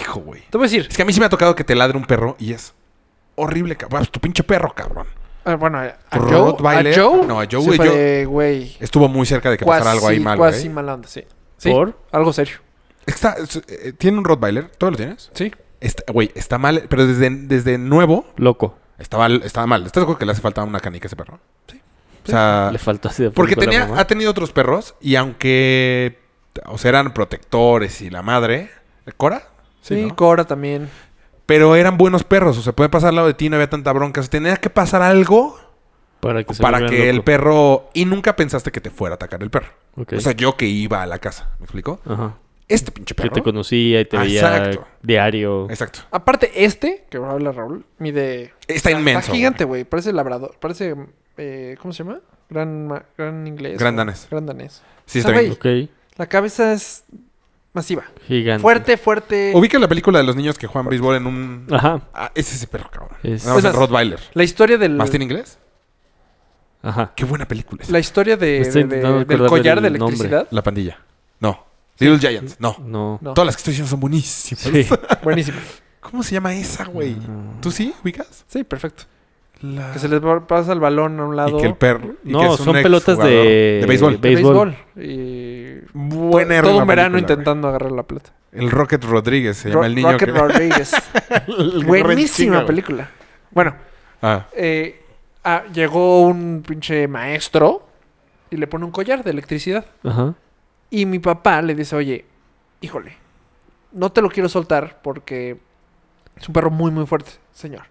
S3: Hijo, güey.
S5: Te voy a decir.
S3: Es que a mí sí me ha tocado que te ladre un perro y es horrible, cabrón. Es tu pinche perro, cabrón.
S5: ah, bueno, a a
S3: Por
S5: Joe.
S3: Rottweiler.
S5: a Joe.
S3: No, a Joe,
S5: sí
S3: güey,
S5: fue
S3: yo-
S5: de, güey.
S3: Estuvo muy cerca de que pasara algo ahí
S5: cuasi-
S3: mal,
S5: cuasi
S3: güey.
S5: mala onda, sí. Sí.
S4: ¿Por?
S5: Algo serio.
S3: Está- es- eh, tiene un Rottweiler, ¿todo lo tienes?
S5: Sí.
S3: Está- Güey, está mal, pero desde, desde nuevo
S4: Loco.
S3: estaba, estaba mal. ¿Estás de acuerdo que le hace falta una canica a ese perro? Sí. O sea,
S4: Le faltó así de
S3: Ah. porque
S4: pronto a la
S3: tenía,
S4: mamá.
S3: ha tenido otros perros y aunque, o sea, eran protectores y la madre, ¿Cora?
S5: Sí,
S3: ¿no?
S5: Cora también.
S3: Pero eran buenos perros, o sea, puede pasar al lado de ti, no había tanta bronca. O sea, tenía que pasar algo
S4: Para que, se
S3: para
S4: volviera
S3: que el
S4: loco.
S3: perro... Y nunca pensaste que te fuera a atacar el perro.
S4: Ok.
S3: O sea, yo que iba a la casa, ¿me explico?
S4: Ajá.
S3: Este pinche
S4: Que
S3: perro.
S4: te conocía y te
S3: Ah,
S4: veía
S3: exacto.
S4: diario.
S3: Exacto.
S5: Aparte, este, que habla Raúl, mide.
S3: Está inmenso.
S5: Está
S3: güey.
S5: gigante, güey. Parece labrador. Parece. eh, ¿Cómo se llama? Gran, ma- gran inglés.
S3: Gran
S5: o-
S3: danés.
S5: Gran danés.
S3: Sí,
S5: O
S3: está
S5: sea,
S3: bien.
S5: güey,
S4: Ok.
S5: La cabeza es masiva.
S4: Gigante.
S5: Fuerte, fuerte.
S3: Ubica la película de los niños que juegan béisbol en un.
S4: Ajá.
S3: Ah, es ese perro, cabrón.
S4: Es-
S3: Vamos
S5: Es
S3: a
S5: más-
S3: Rottweiler.
S5: La historia del.
S3: ¿Más tiene inglés?
S4: Ajá.
S3: Qué buena película es.
S5: La historia de,
S4: Me estoy
S5: de-
S4: intentando
S5: del
S4: acordar
S5: collar de
S4: del nombre.
S5: electricidad.
S3: La pandilla. No. Little Giants. No. pues.
S4: No.
S5: No.
S3: Todas las que estoy diciendo son buenísimas.
S4: Sí.
S5: Buenísima.
S3: ¿Cómo se llama esa, güey?
S4: No.
S3: ¿Tú sí ubicas?
S5: Sí, perfecto.
S3: La...
S5: Mm. Que se les va- pasa el balón a un lado.
S3: Y que el perro. y
S4: No,
S3: que es un
S4: son pelotas
S3: exjugador
S4: de-
S3: De béisbol.
S4: de-
S5: béisbol. Y.
S3: Buena
S5: todo un
S3: película,
S5: verano
S3: güey.
S5: intentando agarrar la plata.
S3: El Rocket Rodríguez se llama
S5: Ro-
S3: el niño.
S5: Rocket
S3: que-
S5: Rodríguez.
S3: el que
S5: Buenísima
S3: renchinga, güey.
S5: película. Bueno,
S3: Ah.
S5: eh, ah, llegó un pinche maestro y le pone un collar de electricidad.
S4: Ajá.
S5: Y mi papá le dice, oye, híjole, no te lo quiero soltar porque es un perro muy, muy fuerte, señor.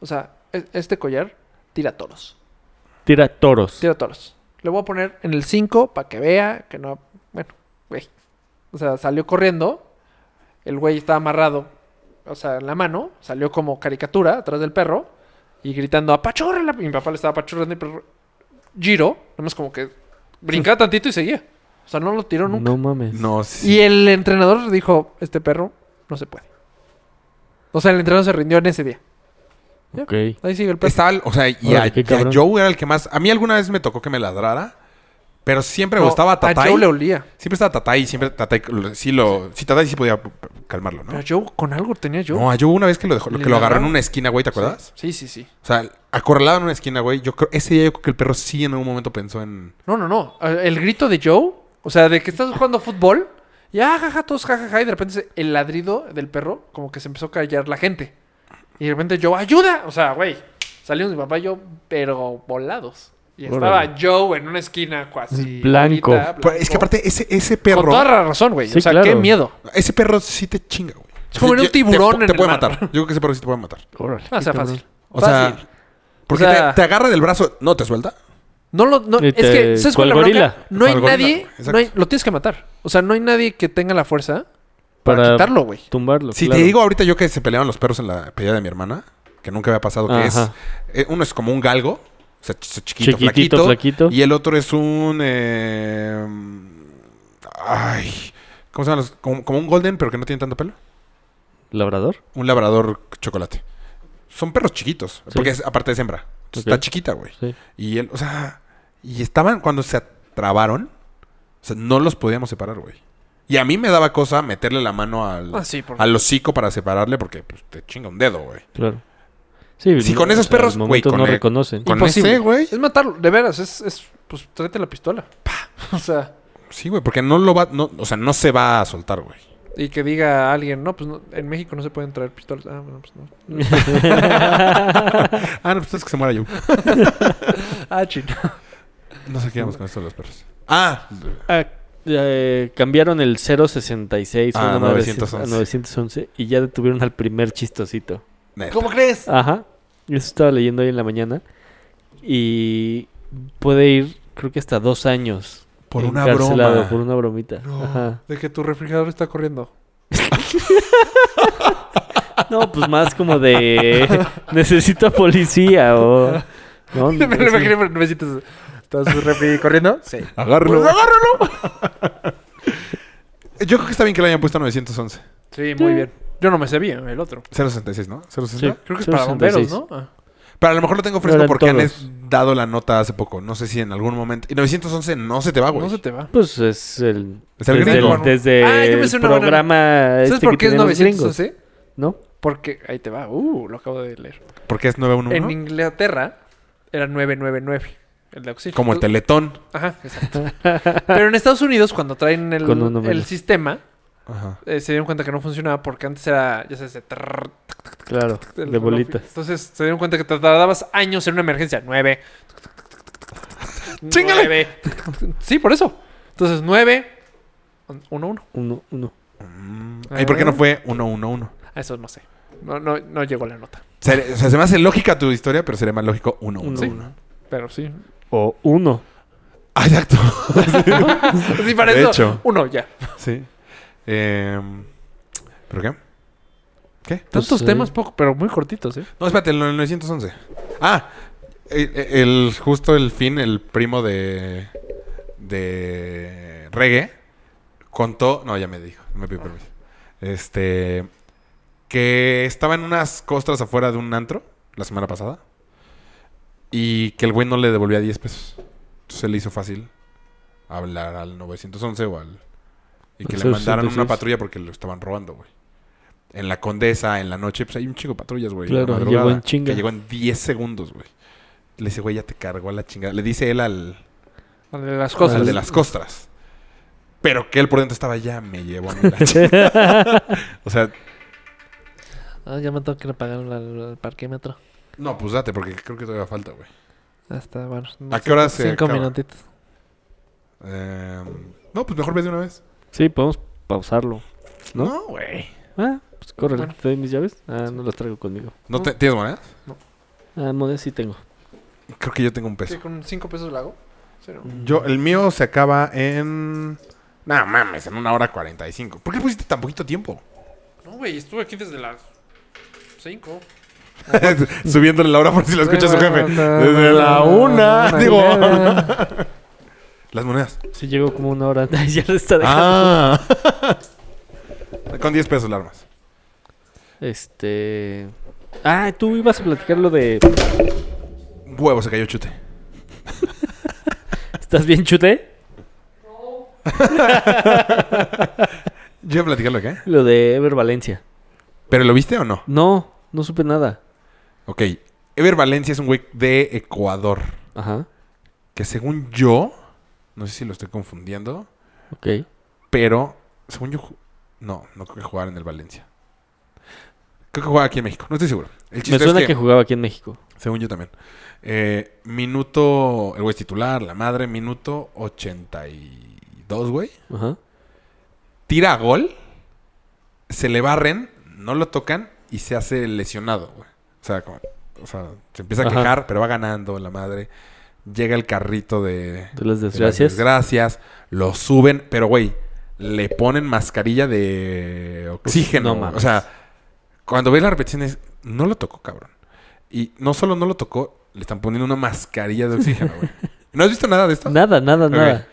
S5: O sea, e- este collar tira toros.
S4: Tira toros.
S5: Tira toros. Le voy a poner en el 5 para que vea que no... Bueno, güey. O sea, salió corriendo. El güey estaba amarrado, o sea, en la mano. Salió como caricatura atrás del perro. y gritando, apachórrala. Y mi papá le estaba apachurrando y pero Giro, nomás como que brincaba tantito y seguía. O sea, no lo tiró nunca.
S4: No mames.
S3: No, sí.
S5: Y el entrenador dijo, este perro no se puede. O sea, el entrenador se rindió en ese día.
S4: Ok.
S5: Ahí sigue el perro.
S3: Estaba, o sea, y a,
S4: Órale, qué
S3: y a
S4: cabrón.
S3: Joe era el que más. A mí alguna vez me tocó que me ladrara, pero siempre me
S5: No,
S3: gustaba
S5: A
S3: Tatay.
S5: Joe le olía.
S3: Siempre estaba Tatay y siempre Tatay lo- sí lo. Sí, Tatay sí podía p- p- calmarlo, ¿no?
S5: Pero Joe con algo tenía Joe.
S3: No, a Joe una vez que lo dejó,
S5: ¿Le
S3: que lo agarró en
S5: ladraron?
S3: una esquina, güey, ¿te acuerdas?
S5: Sí, sí, sí.
S3: O sea, acorralado en una esquina, güey. Yo creo, ese día yo creo que el perro sí en algún momento pensó en.
S5: No, no, no. El grito de Joe, o sea, de que estás jugando fútbol, y ah, jaja, todos jajaja, y de repente se- el ladrido del perro, como que se empezó a callar la gente. Y de repente Joe, ¡ayuda! O sea, güey, salimos mi papá y yo, pero volados. Y estaba
S4: Órale.
S5: Joe en una esquina, casi.
S4: Blanco.
S5: bonita,
S3: Pero Pues, es
S5: blanco.
S3: que aparte, ese, ese
S5: Con toda
S3: perro.
S5: la razón, güey.
S4: Sí,
S5: o sea,
S4: claro.
S5: qué miedo.
S3: Ese perro sí te chinga, güey.
S5: Es como
S3: Yo-
S5: un
S3: yo- te
S5: tiburón
S3: pu-
S5: en
S3: Te
S5: el
S3: puede
S5: mar.
S3: matar. Yo creo que ese perro sí te puede matar.
S4: Órale.
S5: No,
S4: qué
S5: sea
S4: cabrón.
S5: fácil.
S3: O sea,
S5: Fácil.
S3: porque
S5: O sea-
S3: te, te agarra del brazo, no te suelta.
S5: No lo, no,
S4: Y
S5: es
S4: te-
S5: que, ¿sabes cuál es la
S4: cual
S5: bronca?
S4: gorila.
S5: No hay
S3: Cual gorila,
S5: nadie,
S3: exacto.
S5: no hay- lo tienes que matar. O sea, no hay nadie que tenga la fuerza para,
S4: Para-
S5: quitarlo, güey.
S4: Tumbarlo.
S5: Pues
S3: Si
S4: claro.
S3: te digo ahorita yo que se peleaban los perros en la pelea de mi hermana, que nunca había pasado, que es,
S4: Ajá.
S3: eh, uno es como un galgo, o sea, ch- chiquito,
S4: Chiquitito,
S3: flaquito,
S4: flaquito.
S3: y el otro es un, eh, ay, ¿cómo se llaman los? Como, como un golden, pero que no tiene tanto pelo,
S4: ¿Labrador?
S3: un labrador chocolate. Son perros chiquitos,
S4: Sí.
S3: porque es- aparte es hembra, Entonces,
S4: Ok.
S3: está chiquita, güey.
S4: Sí.
S3: Y él, o sea, y estaban cuando se trabaron, o sea, no los podíamos separar, güey. Y a mí me daba cosa meterle la mano al,
S5: Ah, sí, por-
S3: al hocico para separarle porque pues, te chinga un dedo, güey.
S4: Claro. Sí,
S3: Sí,
S4: no,
S3: con
S4: o
S3: esos
S4: sea,
S3: perros,
S4: al
S3: güey,
S4: momento
S3: con
S4: no
S3: el-
S4: reconocen.
S3: con
S5: Imposible.
S3: ese, güey.
S5: Es matarlo, de veras, es, es pues tráete la pistola. Pa. O sea,
S3: Sí, güey, porque no lo va, no, o sea, no se va a soltar, güey.
S5: y que diga alguien, no, pues no, en México no se pueden traer pistolas. Ah, bueno, pues no.
S3: Ah, no, pues es que se muera yo.
S5: Ah, chino.
S3: No sé qué íbamos con esto de los perros. Ah,
S4: Ah, eh, cambiaron el 066
S3: Ah,
S4: a 911.
S3: 911.
S4: a 911 y ya detuvieron al primer chistosito.
S3: neta.
S5: ¿Cómo crees?
S4: Ajá. Yo eso estaba leyendo hoy en la mañana. Y puede ir, creo que hasta dos años.
S3: por una
S4: encarcelado
S3: broma.
S4: Por una bromita. Ajá.
S5: De que tu refrigerador está corriendo.
S4: No, pues más como de. Necesito policía o. No,
S5: Me lo
S4: sí.
S5: imaginé, pero necesitas. ¿Estás su refri corriendo? Sí.
S3: Agárralo. agárralo.
S4: Pues
S3: Yo creo que está bien que le hayan puesto 911.
S5: Sí, muy bien. Yo no me sabía el otro.
S3: 066, ¿no? 066.
S4: Sí.
S5: Creo que es para
S4: 066.
S5: bomberos, ¿no? Ah.
S3: Pero a lo mejor lo tengo
S4: No
S3: fresco
S4: eran
S3: porque han
S4: todos.
S3: es- dado la nota hace poco. No sé si en algún momento. Y 911 no se te va, güey.
S5: No se te va.
S4: Pues es el.
S3: Es el
S4: desde
S3: gringo.
S4: el, desde
S5: Ah, yo me
S4: el
S5: sé una buena-
S4: programa.
S5: ¿Sabes
S4: este
S5: por
S4: que
S5: qué es
S4: tienen los
S5: 900
S4: gringos,
S5: ¿eh?
S4: ¿No?
S5: Porque ahí te va. Uh, lo acabo de leer.
S3: Porque es 911.
S5: En Inglaterra era 999 el de auxilio.
S3: Como el teletón.
S5: Ajá, exacto. Pero en Estados Unidos, cuando traen el,
S4: Con uno
S5: el
S4: menos.
S5: sistema,
S3: Ajá.
S5: eh, se dieron cuenta que no funcionaba porque antes era, ya sabes, de, trrr,
S4: Claro,
S5: el
S4: de
S5: reloj.
S4: bolitas.
S5: Entonces se dieron cuenta que te tardabas años en una emergencia. Nueve.
S3: ¡Chíngale!
S5: Nueve. Sí, por eso. Entonces, nueve. un- Uno, uno.
S4: Uno, uno.
S3: Mm. ¿Y por qué no fue 111?
S5: Ah, Eso no sé. No, no, no llegó la nota.
S3: Se- o sea, se me hace lógica tu historia, pero sería más lógico 111.
S4: Uno,
S5: Sí.
S4: uno.
S5: Pero sí.
S4: O uno.
S3: Ah, exacto.
S5: Sí, para
S3: De
S5: eso.
S3: hecho. pues,
S5: Uno, ya.
S3: sí. Eh, ¿Pero qué? ¿Qué?
S4: Pues,
S5: Tantos
S4: eh,
S5: temas poco, pero muy cortitos, ¿eh?
S3: No, espérate, el 911. Ah, eh, eh, el, justo el fin, el primo de. de. Reggae contó. No, ya me dijo, me pidió permiso. Este. que estaba en unas costras afuera de un antro la semana pasada y que el güey no le devolvía 10 pesos. Entonces se le hizo fácil hablar al 911 o al. y que
S4: Al
S3: le mandaron
S4: 076.
S3: una patrulla porque lo estaban robando, güey. En la Condesa, en la noche, pues hay un chico de patrullas, güey. en la
S4: Claro, llegó
S3: madrugada,
S4: en chinga.
S3: Que llegó en 10 segundos, güey. Le dice, güey, ya te cargó a la chingada. Le dice él al,
S5: De las
S3: al
S5: cosas.
S3: de las costras. Pero que él por dentro estaba, ya me llevó a mí la chingada. o sea,
S5: Ah, ya me tengo que ir a pagar al al parquímetro.
S3: no, pues date, porque creo que todavía falta, güey.
S5: Hasta, bueno.
S3: ¿A qué hora se
S5: Cinco
S3: acaba?
S5: minutitos.
S3: Em, no, pues mejor ves de una vez.
S4: Sí, podemos pausarlo. ¿No?
S3: güey.
S4: Ah, pues córrele.
S5: Bueno.
S4: ¿Te doy mis llaves? Ah, no las traigo conmigo.
S3: ¿No te- ¿Tienes monedas?
S4: Ah, monedas sí tengo.
S3: Creo que yo tengo un peso.
S5: ¿Sí, ¿Con cinco pesos lo hago? Sí, ¿no?
S3: Yo, el mío se acaba en. No mames, en una hora cuarenta y cinco. ¿Por qué pusiste tan poquito tiempo?
S5: No, güey, estuve aquí desde las 5.
S3: Subiéndole la hora por si lo escucha su jefe. Desde la una. Digo. Las monedas.
S4: Sí, llegó como una hora antes ya lo está dejando.
S3: Ah. Con 10 pesos las armas.
S4: Este. Ah, tú ibas a platicar lo de.
S3: Huevo, se cayó chute.
S4: ¿Estás bien, chute?
S3: Yo iba a platicar lo que.
S4: Lo de Ever Valencia.
S3: ¿Pero lo viste o no?
S4: No, no supe nada.
S3: Ok. Ever Valencia es un güey de Ecuador.
S4: Ajá.
S3: Que según yo. No sé si lo estoy confundiendo.
S4: Ok.
S3: Pero, según yo, ju- no, no creo que jugara en el Valencia. Creo que jugaba aquí en México, no estoy seguro. El
S4: Me
S3: chiste
S4: suena
S3: es
S4: que
S3: que,
S4: jugaba aquí en México.
S3: según yo también. Eh, minuto, el güey es titular, la madre, minuto 82, güey.
S4: Ajá.
S3: Tira a gol, se le barren, no lo tocan y se hace lesionado, güey. O sea, como- o sea, se empieza a
S4: Ajá.
S3: quejar, pero va ganando la madre. Llega el carrito de,
S4: De las
S3: de las
S4: desgracias.
S3: desgracias, Lo suben, pero güey, le ponen mascarilla de oxígeno.
S4: no
S3: güey.
S4: mames.
S3: o sea, cuando ves la repetición es, no lo tocó, cabrón. Y no solo no lo tocó, le están poniendo una mascarilla de oxígeno, güey. ¿No has visto nada de esto?
S4: Nada, nada,
S3: Ok.
S4: nada.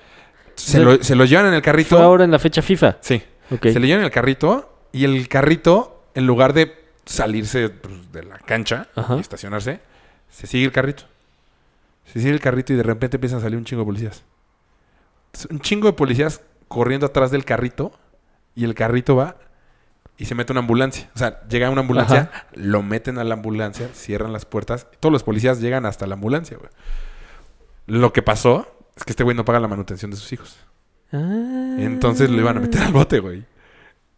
S3: Se lo, se lo llevan en el carrito.
S4: Fue ahora en la fecha FIFA.
S3: Sí.
S4: Ok.
S3: Se le llevan en el carrito y el carrito, en lugar de salirse pues, de la cancha
S4: Ajá.
S3: y estacionarse, se sigue el carrito. Se sigue el carrito y de repente empiezan a salir un chingo de policías. Es Un chingo de policías corriendo atrás del carrito y el carrito va y se mete una ambulancia. O sea, llega una ambulancia, lo meten a la ambulancia, cierran las puertas. Todos los policías llegan hasta la ambulancia, güey. Lo que pasó es que este güey no paga la manutención de sus hijos.
S4: Ah.
S3: Entonces lo iban a meter al bote, güey.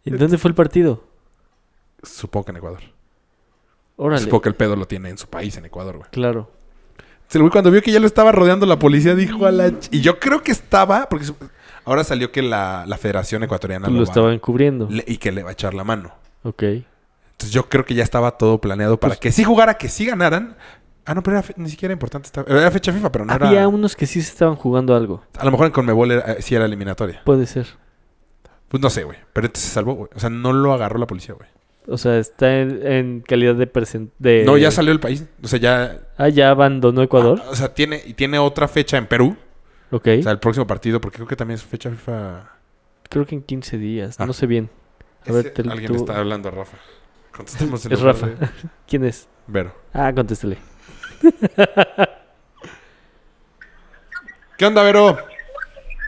S4: ¿Y dónde fue el partido?
S3: Supongo que en Ecuador.
S4: Órale.
S3: Supongo que el pedo lo tiene en su país, en Ecuador, güey.
S4: Claro.
S3: Entonces, el güey cuando vio que ya lo estaba rodeando la policía dijo a la... ch- Y yo creo que estaba... Porque su- ahora salió que la, la Federación Ecuatoriana
S4: lo
S3: va-
S4: estaban cubriendo.
S3: le- y que le va a echar la mano.
S4: Ok.
S3: Entonces yo creo que ya estaba todo planeado
S4: Pues
S3: para que sí jugara, que sí ganaran. Ah, no, pero era fe- ni siquiera importante. estaba- Era fecha FIFA, pero no
S4: Había
S3: era...
S4: unos que sí se estaban jugando algo.
S3: A lo mejor en Conmebol era- eh, sí era eliminatoria.
S4: Puede ser.
S3: Pues no sé, güey. Pero entonces se salvó, güey. O sea, no lo agarró la policía, güey.
S4: O sea, está en, en calidad de, presen- de...
S3: No, ya salió el país. O sea, ya...
S4: Ah, ya abandonó Eh, Ecuador.
S3: Ah, o sea, tiene, y tiene otra fecha en Perú.
S4: ok.
S3: O sea, el próximo partido, porque creo que también es fecha FIFA.
S4: Creo que en 15 días.
S3: Ah.
S4: No sé bien. A ver,
S3: Ese-
S4: te-
S3: alguien
S4: tú-
S3: le está hablando a Rafa. Contestemos el
S4: Es
S3: lugar
S4: Rafa.
S3: de
S4: ¿Quién es?
S3: Vero.
S4: Ah, contéstele.
S3: ¿Qué onda, Vero?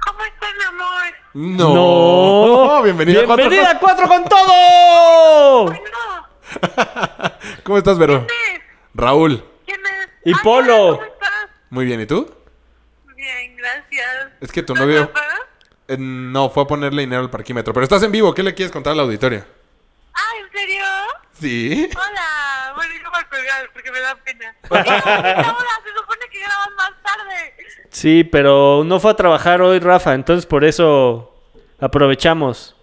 S6: ¿Cómo están, amor?
S3: No. Bienvenida, a Cuatro
S4: ¡Bienvenida a Cuatro con todo!
S6: No,
S3: Cosas. ¿Cómo estás, Vero?
S6: ¿quién es?
S3: Raúl.
S6: ¿Quién es?
S4: Y
S6: Ay,
S4: Polo.
S6: hola, ¿Cómo estás?
S3: Muy bien, ¿y tú?
S6: Bien, gracias.
S3: Es que tu
S6: ¿Estás
S3: novio
S6: guapa?
S3: eh, no fue a ponerle dinero al parquímetro. Pero estás en vivo, ¿qué le quieres contar al auditorio?
S6: Ah, ¿en serio?
S3: Sí.
S6: Hola. Bueno, yo voy a colgar porque me da pena. Hola, hola, se supone que grabas más tarde.
S4: Sí, pero no fue a trabajar hoy, Rafa. Entonces, por eso aprovechamos.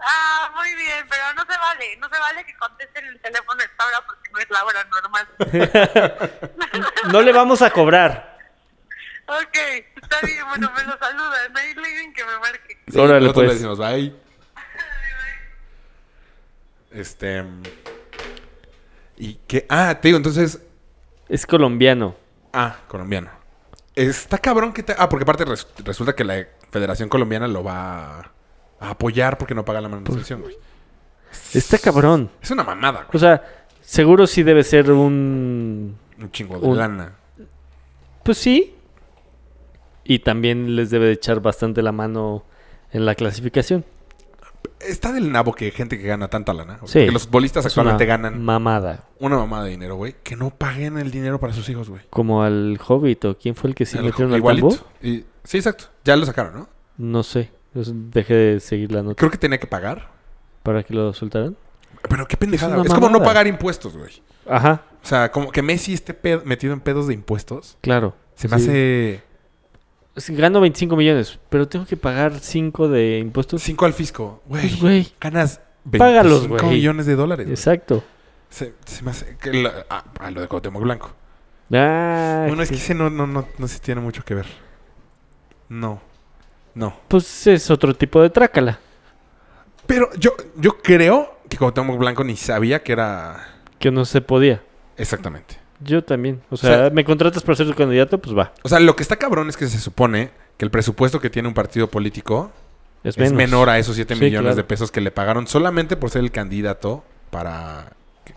S6: Ah, muy bien, pero no se vale. No se vale que contesten el teléfono a esta hora porque no es la hora normal.
S4: No le vamos a cobrar.
S6: ok, está bien. Bueno, me lo saludan. Ahí le dicen que me marque.
S3: Sí,
S4: Órale,
S3: nosotros
S4: pues.
S3: le decimos bye. Este. mm, Y que. Ah, te digo, entonces.
S4: Es colombiano.
S3: Ah, colombiano. Está cabrón que te... Ah, porque aparte res- resulta que la Federación Colombiana lo va a- a apoyar porque no paga la manutención,
S4: Pues,
S3: güey.
S4: Está cabrón.
S3: Es una mamada,
S4: O
S3: güey.
S4: sea, seguro sí debe ser un...
S3: Un chingo de
S4: un-
S3: lana.
S4: Pues sí. Y también les debe de echar bastante la mano en la clasificación.
S3: Está del nabo que hay gente que gana tanta lana. güey.
S4: Sí.
S3: Porque los futbolistas
S4: Es una
S3: actualmente ganan
S4: Mamada.
S3: una mamada de dinero, güey. Que no paguen el dinero para sus hijos, güey.
S4: Como al Hobbit o quién fue el que sí
S3: El-
S4: metieron al
S3: igualito.
S4: tambo.
S3: Y- sí, exacto. Ya lo sacaron, ¿no?
S4: No sé. Yo Dejé de seguir la nota
S3: Creo que tenía que pagar.
S4: para que lo soltaran.
S3: Pero qué pendejada.
S4: una
S3: güey. Es, como no
S4: mamada.
S3: pagar impuestos, güey.
S4: Ajá,
S3: O sea, como que Messi esté pe- metido en pedos de impuestos.
S4: claro.
S3: Se me
S4: Sí.
S3: hace...
S4: Sí, Gano 25 millones, pero tengo que pagar 5 de impuestos.
S3: 5 al fisco. Güey.
S4: Pues, güey.
S3: Ganas 25
S4: Págalos, güey.
S3: millones de dólares. güey.
S4: Exacto.
S3: Se, se me hace que la- ah, a lo de Cuauhtémoc Blanco.
S4: Ah,
S3: bueno, es
S4: sí.
S3: que ese no, no, no, no se tiene mucho que ver. No. No.
S4: Pues es otro tipo de trácala.
S3: Pero yo, yo creo que Cuauhtémoc Blanco ni sabía que era...
S4: Que no se podía.
S3: Exactamente.
S4: Yo también. O
S3: sea,
S4: sea, me contratas para ser tu candidato, pues va.
S3: O sea, lo que está cabrón es que se supone que el presupuesto que tiene un partido político
S4: Es,
S3: es menor a esos 7
S4: Sí,
S3: millones
S4: claro.
S3: de pesos que le pagaron solamente por ser el candidato para...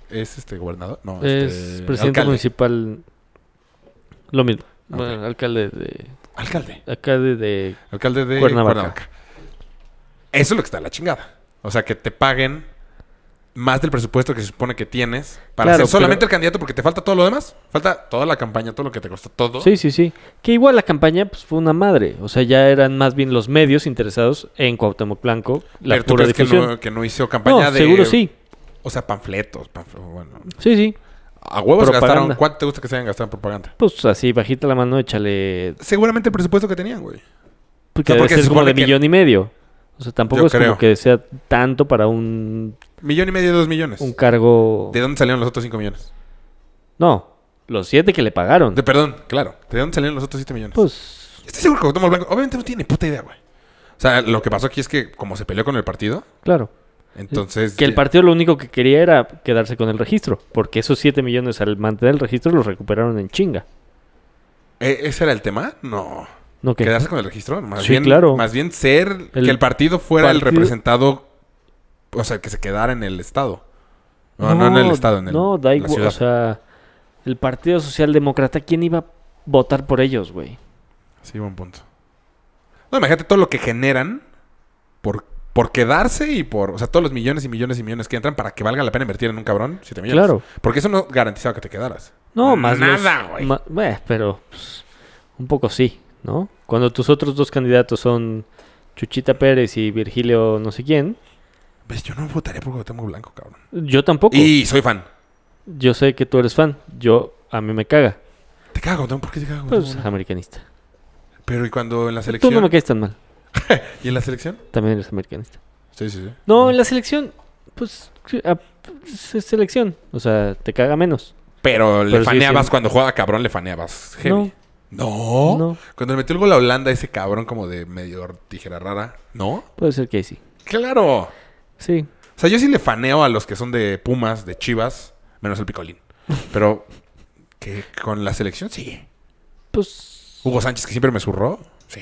S3: ¿Es este gobernador? No,
S4: Es
S3: este,
S4: presidente
S3: alcalde.
S4: municipal. Lo mismo.
S3: Ok.
S4: Bueno, alcalde de.
S3: Alcalde.
S4: Alcalde de.
S3: Alcalde de
S4: Cuernavaca.
S3: Cuernavaca. Eso es lo que está de la chingada. O sea, que te paguen más del presupuesto que se supone que tienes para
S4: Claro,
S3: ser solamente
S4: pero-
S3: el candidato porque te falta todo lo demás. Falta toda la campaña, todo lo que te costó, todo.
S4: Sí, sí, sí. Que igual la campaña pues, fue una madre. O sea, ya eran más bien los medios interesados en Cuauhtémoc Blanco. La
S3: Pero tú
S4: pura
S3: crees que
S4: difusión.
S3: no, que no hizo
S4: No,
S3: campaña de...
S4: seguro sí.
S3: O sea, panfletos, panf- bueno.
S4: Sí, sí.
S3: A huevos
S4: Propaganda.
S3: gastaron. ¿Cuánto te gusta que se hayan gastado en propaganda?
S4: Pues así, bajita la mano, échale.
S3: Seguramente el presupuesto que tenían, güey.
S4: Porque
S3: No,
S4: debe
S3: porque
S4: ser
S3: se
S4: como
S3: supone
S4: de
S3: que-
S4: millón y medio. O sea, tampoco
S3: Yo
S4: es
S3: creo.
S4: como que sea tanto para un,
S3: Millón y medio, dos millones.
S4: un cargo.
S3: ¿De dónde salieron los otros cinco millones?
S4: No, los siete que le pagaron.
S3: De, perdón, claro. ¿De dónde salieron los otros siete millones?
S4: Pues
S3: Estoy seguro que Cuauhtémoc Blanco obviamente no tiene ni puta idea, güey. O sea, lo que pasó aquí es que como se peleó con el partido,
S4: Claro.
S3: entonces...
S4: Que el
S3: ya-
S4: partido lo único que quería era quedarse con el registro, porque esos 7 millones al mantener el registro los recuperaron en chinga.
S3: ¿E- ¿Ese era el tema? No.
S4: No que
S3: ¿Quedarse con el registro? Más
S4: Sí,
S3: bien,
S4: claro.
S3: Más bien ser... que el partido fuera el
S4: partido-
S3: representado... O sea, que se quedara en el Estado. No, no, en el Estado, en el,
S4: No, da
S3: la
S4: igual,
S3: ciudad.
S4: o sea, el Partido Socialdemócrata quién iba a votar por ellos, güey.
S3: Sí, buen punto. No, imagínate todo lo que generan por, por quedarse y por. O sea, todos los millones y millones y millones que entran para que valga la pena invertir en un cabrón, 7 millones.
S4: Claro.
S3: Porque eso no garantizaba que te quedaras.
S4: No, más los-
S3: Nada, güey.
S4: ma- bueno, pero pues, un poco sí, ¿no? Cuando tus otros dos candidatos son Chuchita Pérez y Virgilio no sé quién,
S3: Ves, yo no votaría por Cuauhtémoc Blanco, cabrón.
S4: yo tampoco.
S3: Y soy fan.
S4: Yo sé que tú eres fan, yo a mí me caga,
S3: Te cago, Cuauhtémoc, ¿por qué te cago?
S4: pues
S3: Cuauhtémoc?
S4: americanista.
S3: Pero y cuando en la
S4: Tú
S3: selección.
S4: no me caes tan mal,
S3: ¿Y en la selección?
S4: también eres americanista.
S3: Sí, sí, sí.
S4: No, en la selección, pues sí, ah, es es selección. O sea, te caga menos.
S3: Pero le
S4: Pero sí,
S3: faneabas
S4: sí.
S3: cuando jugaba cabrón, le faneabas heavy. No.
S4: No.
S3: Cuando le metió el gol a Holanda, ese cabrón como de medio tijera rara. ¿No?
S4: Puede ser que sí.
S3: Claro.
S4: Sí.
S3: O sea, yo sí le faneo a los que son de Pumas, de Chivas, menos el Picolín. Pero que con la selección sí.
S4: Pues.
S3: Hugo Sánchez, que siempre me zurró. Sí.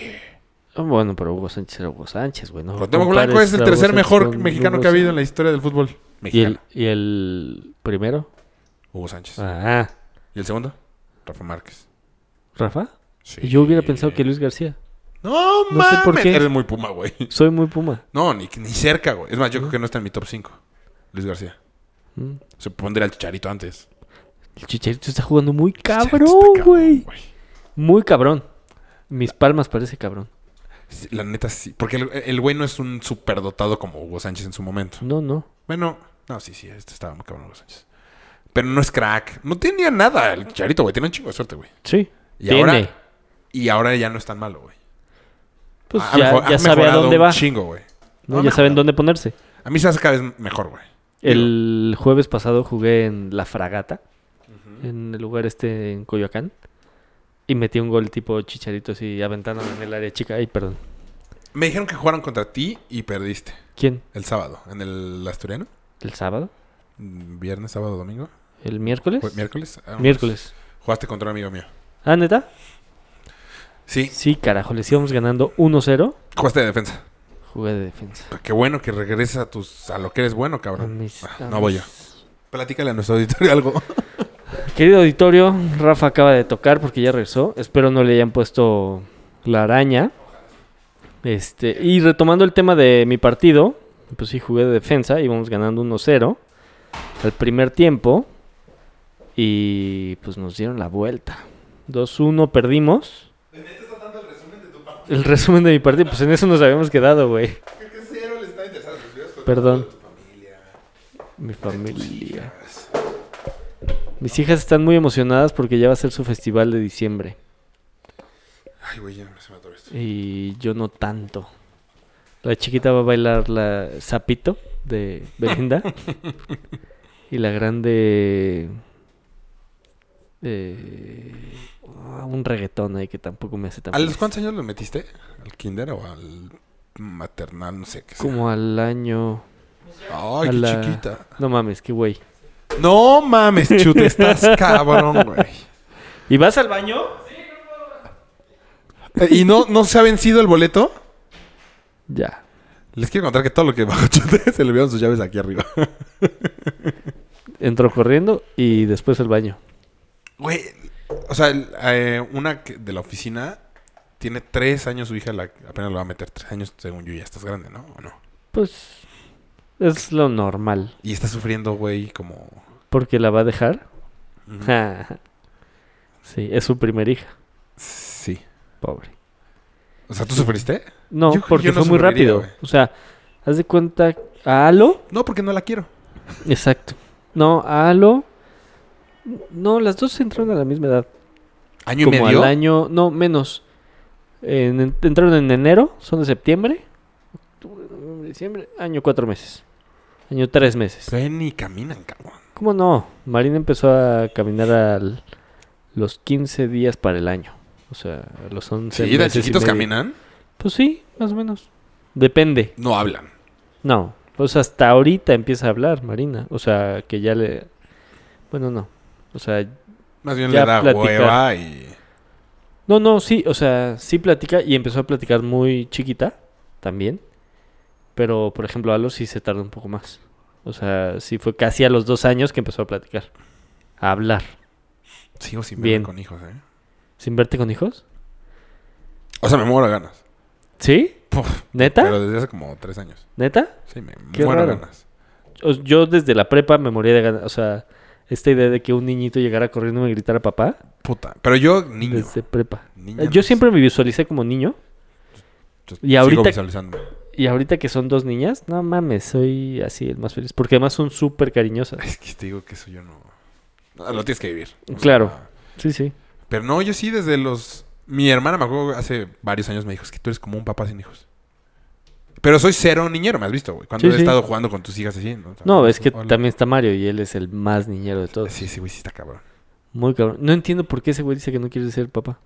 S4: ah, Bueno, pero Hugo Sánchez era Hugo Sánchez, güey. ¿no?
S3: Cuauhtémoc
S4: compares
S3: Blanco es el
S4: a Hugo
S3: tercer
S4: Sánchez
S3: mejor
S4: con
S3: mexicano
S4: Hugo
S3: que ha habido en la
S4: Sánchez.
S3: historia del fútbol
S4: ¿Y el,
S3: mexicano.
S4: ¿Y el primero?
S3: Hugo Sánchez.
S4: Ah,
S3: ¿Y el segundo? Rafa Márquez.
S4: ¿Rafa?
S3: Sí.
S4: Y Yo hubiera pensado que Luis García.
S3: No,
S4: No sé por
S3: mames.
S4: qué.
S3: Eres muy Puma, güey.
S4: Soy muy puma.
S3: No, ni, ni cerca, güey. Es más, yo creo que no está en mi top 5. Luis García.
S4: Mm.
S3: Se pondría el chicharito antes.
S4: El chicharito está jugando muy
S3: Chicharito
S4: cabrón,
S3: está cabrón,
S4: Ah, güey. Muy cabrón. Mis palmas parece cabrón.
S3: Sí, La neta sí. Porque el- el güey no es un superdotado como Hugo Sánchez en su momento.
S4: No, no.
S3: Bueno, no, sí, sí, este estaba muy cabrón Hugo Sánchez. Pero no es crack. No tenía nada el Chicharito, güey. Tiene un chingo de suerte, güey.
S4: Sí.
S3: Y ahora. Y ahora ya no es tan malo, güey.
S4: Pues
S3: Ha
S4: ya,
S3: mejor-
S4: ya
S3: ha
S4: sabe a
S3: mejorado
S4: dónde
S3: un
S4: va.
S3: chingo, güey.
S4: ¿no?
S3: Ha
S4: Ya saben
S3: mejorado.
S4: dónde ponerse.
S3: A mí se hace cada vez mejor, güey.
S4: El jueves pasado jugué en La Fragata, en el lugar este en Coyoacán, y metí un gol tipo chicharito así aventándome en el área chica. Ay, perdón.
S3: Me dijeron que jugaron contra ti y perdiste.
S4: ¿Quién?
S3: El sábado. En el Asturiano.
S4: ¿El sábado?
S3: Mm, Viernes, sábado, domingo.
S4: ¿El miércoles?
S3: Jue- ¿Miércoles? Ah, no,
S4: miércoles.
S3: Jugaste contra un amigo mío.
S4: ¿Ah, neta?
S3: Sí.
S4: Sí, carajo, les íbamos ganando 1-0.
S3: Jugaste de defensa.
S4: Jugué de defensa.
S3: Qué bueno que regreses a tus a lo que eres bueno,
S4: A
S3: cabrón.
S4: mis-
S3: Ah,
S4: a
S3: no voy yo.
S4: mis-
S3: Platícale a nuestro auditorio algo.
S4: Querido auditorio, Rafa acaba de tocar porque ya regresó. Espero no le hayan puesto la araña. Este, y retomando el tema de mi partido, pues sí jugué de defensa, íbamos ganando 1-0 al primer tiempo y pues nos dieron la vuelta. 2-1 perdimos. El resumen de mi partido, pues en eso nos habíamos quedado, güey. Perdón. Mi familia. Mis hijas están muy emocionadas porque ya va a ser su festival de diciembre.
S3: Ay, güey, ya se me atoró esto.
S4: Y yo no tanto. La chiquita va a bailar la Zapito de Belinda. y la grande. eh, ah, un reggaetón ahí que tampoco me hace tan
S3: ¿A los
S4: feliz.
S3: cuántos años lo metiste? ¿Al kinder o al maternal? No sé qué sea.
S4: Como al año.
S3: Ay,
S4: a
S3: qué
S4: la-
S3: chiquita.
S4: No mames, qué güey.
S3: No mames, chute, estás cabrón, güey.
S4: ¿Y vas al baño?
S3: Eh, ¿Y no, no se ha vencido el boleto?
S4: Ya.
S3: Les quiero contar que todo lo que bajó chute se le vieron sus llaves aquí arriba.
S4: Entró corriendo y después al baño.
S3: Güey, o sea, el- eh, una que- de la oficina tiene tres años su hija, la, apenas lo va a meter tres años, según yo, ya estás grande, ¿no? ¿O no?
S4: Pues es lo normal.
S3: Y está sufriendo, güey, como...
S4: Porque la va a dejar.
S3: Ujú.
S4: Ja. sí, es su primer hija.
S3: Sí.
S4: Pobre.
S3: O sea, ¿tú sufriste?
S4: No,
S3: Yo- yo
S4: porque
S3: no
S4: fue muy
S3: sufriría,
S4: rápido.
S3: güey.
S4: O sea, haz de cuenta a Alo.
S3: No, porque no la quiero.
S4: Exacto. No, a Alo. No, las dos entraron a la misma edad.
S3: ¿Año y
S4: como
S3: medio?
S4: al año, no, menos. En- en- entraron en enero, son de septiembre, octubre, noviembre, diciembre, año cuatro meses. Año tres meses.
S3: Güey, ni caminan, cabrón.
S4: ¿Cómo no? Marina empezó a caminar a los 15 días para el año. O sea, a los 11
S3: Sí, de
S4: meses y
S3: chiquitos
S4: medio.
S3: caminan,
S4: Pues sí, más o menos. Depende.
S3: no hablan.
S4: No, pues hasta ahorita empieza a hablar Marina. O sea, que ya le... Bueno, no. O sea,
S3: Más bien
S4: Ya
S3: le da
S4: platicar.
S3: hueva y...
S4: No, no, sí, o sea, sí platica y empezó a platicar muy chiquita también. Pero, por ejemplo, Alo sí se tardó un poco más. O sea, sí fue casi a los dos años que empezó a platicar. A hablar.
S3: Sigo sin
S4: Bien.
S3: verme con hijos, ¿eh?
S4: ¿Sin verte con hijos?
S3: O sea, me muero de ganas.
S4: ¿Sí?
S3: Puf,
S4: ¿Neta?
S3: pero desde hace como tres años.
S4: ¿Neta?
S3: Sí, me
S4: Qué
S3: muero de
S4: raro.
S3: ganas.
S4: O- Yo desde la prepa me moría de ganas. O sea, esta idea de que un niñito llegara corriendo y me gritara papá.
S3: Puta. Pero yo, niño.
S4: Desde prepa.
S3: Niña
S4: Eh,
S3: no
S4: yo
S3: sé.
S4: siempre me visualicé como niño.
S3: yo
S4: y ahorita-
S3: Sigo visualizándome.
S4: Y ahorita que son dos niñas, no mames, soy así el más feliz. Porque además son súper cariñosas.
S3: Es que te digo que eso yo no... no, Lo tienes que vivir. O
S4: Claro.
S3: sea,
S4: Sí, sí.
S3: pero no, yo sí desde los... Mi hermana me acuerdo hace varios años me dijo, es que tú eres como un papá sin hijos. Pero soy cero niñero, me has visto, güey. Cuando
S4: Sí,
S3: he
S4: sí.
S3: estado jugando con tus hijas así, ¿no? O sea,
S4: No, es que
S3: hola.
S4: también está Mario y él es el más niñero de todos.
S3: Sí, sí, güey, sí está cabrón.
S4: Muy cabrón. No entiendo por qué ese güey dice que no quiere ser papá.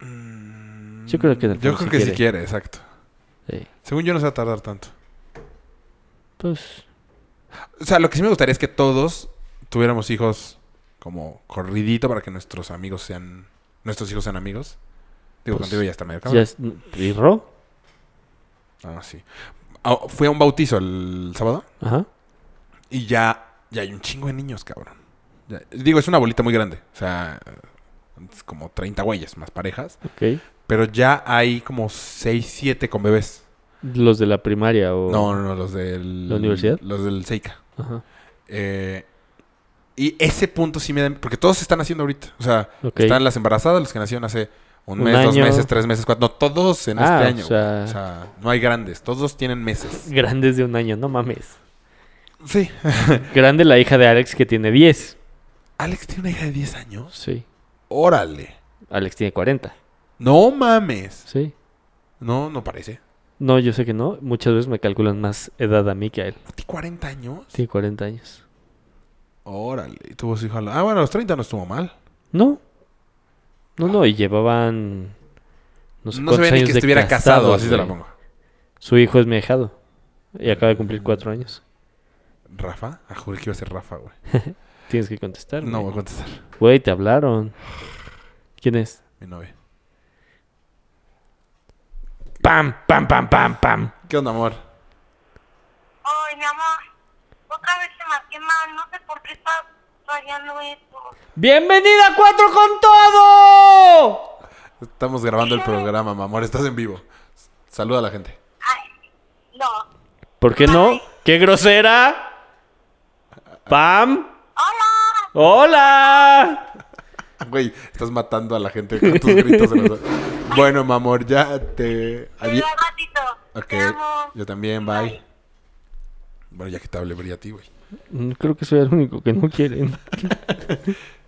S4: Yo creo que en el
S3: Mm, Yo
S4: fondo
S3: creo
S4: sí
S3: que
S4: quiere.
S3: sí quiere, exacto.
S4: Sí.
S3: Según yo no se va a tardar tanto.
S4: Pues,
S3: O sea, lo que sí me gustaría es que todos tuviéramos hijos como corridito para que nuestros amigos sean... Nuestros hijos sean amigos. Digo,
S4: Pues,
S3: contigo ya está medio
S4: ya
S3: cabrón.
S4: es... ¿Y Ro?
S3: Ah, sí. Ah, Fui a un bautizo el sábado
S4: Ajá.
S3: y ya, ya hay un chingo de niños, cabrón. Ya- digo, es una bolita muy grande. O sea, es como 30 güeyes más parejas.
S4: Ok.
S3: Pero ya hay como 6, 7 con bebés.
S4: Los de la primaria o...
S3: No, no, no, los del...
S4: Oh. ¿La universidad?
S3: Los del Seika.
S4: Ajá.
S3: Eh, y ese punto sí me da... Porque todos se están haciendo ahorita. O sea,
S4: Ok.
S3: están las embarazadas, los que nacieron hace un,
S4: Un
S3: mes, dos
S4: año.
S3: meses, tres meses, cuatro... No, todos en
S4: Ah,
S3: este
S4: o
S3: año. güey.
S4: sea-
S3: O sea, no hay grandes. Todos tienen meses.
S4: Grandes de un año, no mames.
S3: Sí.
S4: Grande la hija de Alex que tiene 10.
S3: Alex tiene una hija de 10 años.
S4: Sí.
S3: Órale.
S4: Alex tiene 40.
S3: No mames.
S4: Sí.
S3: No, no parece.
S4: No, yo sé que no. Muchas veces me calculan más edad a mí que a él.
S3: ¿Tiene 40 años?
S4: Tiene 40 años.
S3: Órale. Y Tuvo su hija. a la- Ah, bueno, a los 30 no estuvo mal.
S4: No. No, no, y llevaban... No
S3: No,
S4: sé
S3: se
S4: cuántos
S3: veía ni
S4: años
S3: que
S4: de
S3: estuviera casado,
S4: casados,
S3: así te la
S4: güey.
S3: pongo.
S4: Su hijo es mi ahijado. Y acaba de cumplir cuatro años.
S3: ¿Rafa? Ah, juré que iba a ser Rafa, güey.
S4: Tienes que contestar.
S3: No voy
S4: güey.
S3: a contestar.
S4: Güey, te hablaron. ¿Quién es?
S3: Mi novia.
S4: ¡Pam, pam, pam, pam, pam!
S3: ¿Qué onda, amor?
S6: Ay, mi amor, otra vez se marqué mal, no sé por qué estás rayando esto.
S4: ¡Bienvenida a Cuatro con Todo!
S3: Estamos grabando el programa, mi amor. Estás en vivo. Saluda a la gente.
S6: Ay, no.
S4: ¿Por qué no? ¡Qué grosera! ¡Pam!
S6: ¡Hola!
S4: ¡Hola!
S3: Güey, estás matando a la gente con tus gritos. en los- Bueno, mi amor, ya te...
S6: Te
S3: Adiós.
S6: veo al ratito.
S3: Ok,
S6: Te amo.
S3: yo también, bye. Bueno, ya que te hablé, brilla a ti, güey.
S4: Mm, Creo que soy el único que no quieren.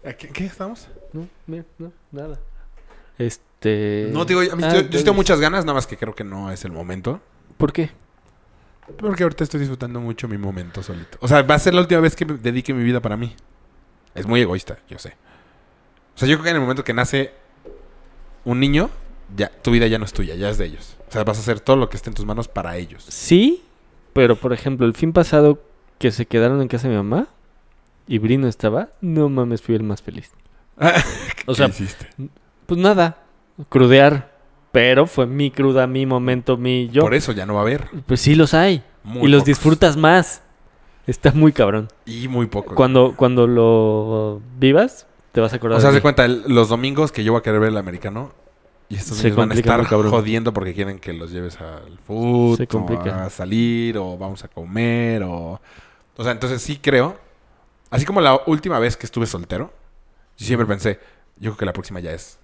S3: ¿A ¿Qué, qué estamos?
S4: No, mira, no, nada. Este...
S3: No, te digo, a mí-
S4: Ah,
S3: yo, yo sí tengo
S4: entonces-
S3: muchas ganas, nada más que creo que no es el momento.
S4: ¿Por qué?
S3: Porque ahorita estoy disfrutando mucho mi momento solito. O sea, va a ser la última vez que me dedique mi vida para mí. Es muy egoísta, yo sé. O sea, yo creo que en el momento que nace un niño, ya tu vida ya no es tuya, ya es de ellos. O sea, vas a hacer todo lo que esté en tus manos para ellos.
S4: Sí, pero por ejemplo, el fin pasado que se quedaron en casa de mi mamá y Bri no estaba, no mames, fui el más feliz. O
S3: ¿Qué
S4: sea,
S3: hiciste?
S4: pues nada, crudear. Pero fue mi cruda, mi momento, mi yo.
S3: Por eso ya no va a haber.
S4: Pues sí los hay.
S3: Muy
S4: y los
S3: pocos.
S4: disfrutas más. Está muy cabrón.
S3: Y muy poco.
S4: Cuando, cuando lo vivas, te vas a acordar.
S3: O sea,
S4: de
S3: se
S4: mí.
S3: cuenta, el- los domingos que yo voy a querer ver el americano. Y estos
S4: Se
S3: niños van a
S4: complica
S3: estar
S4: muy cabrón.
S3: jodiendo porque quieren que los lleves al fútbol,
S4: Se complica.
S3: a salir, o vamos a comer, o... O sea, entonces sí creo. Así como la última vez que estuve soltero, yo siempre pensé, yo creo que la próxima ya es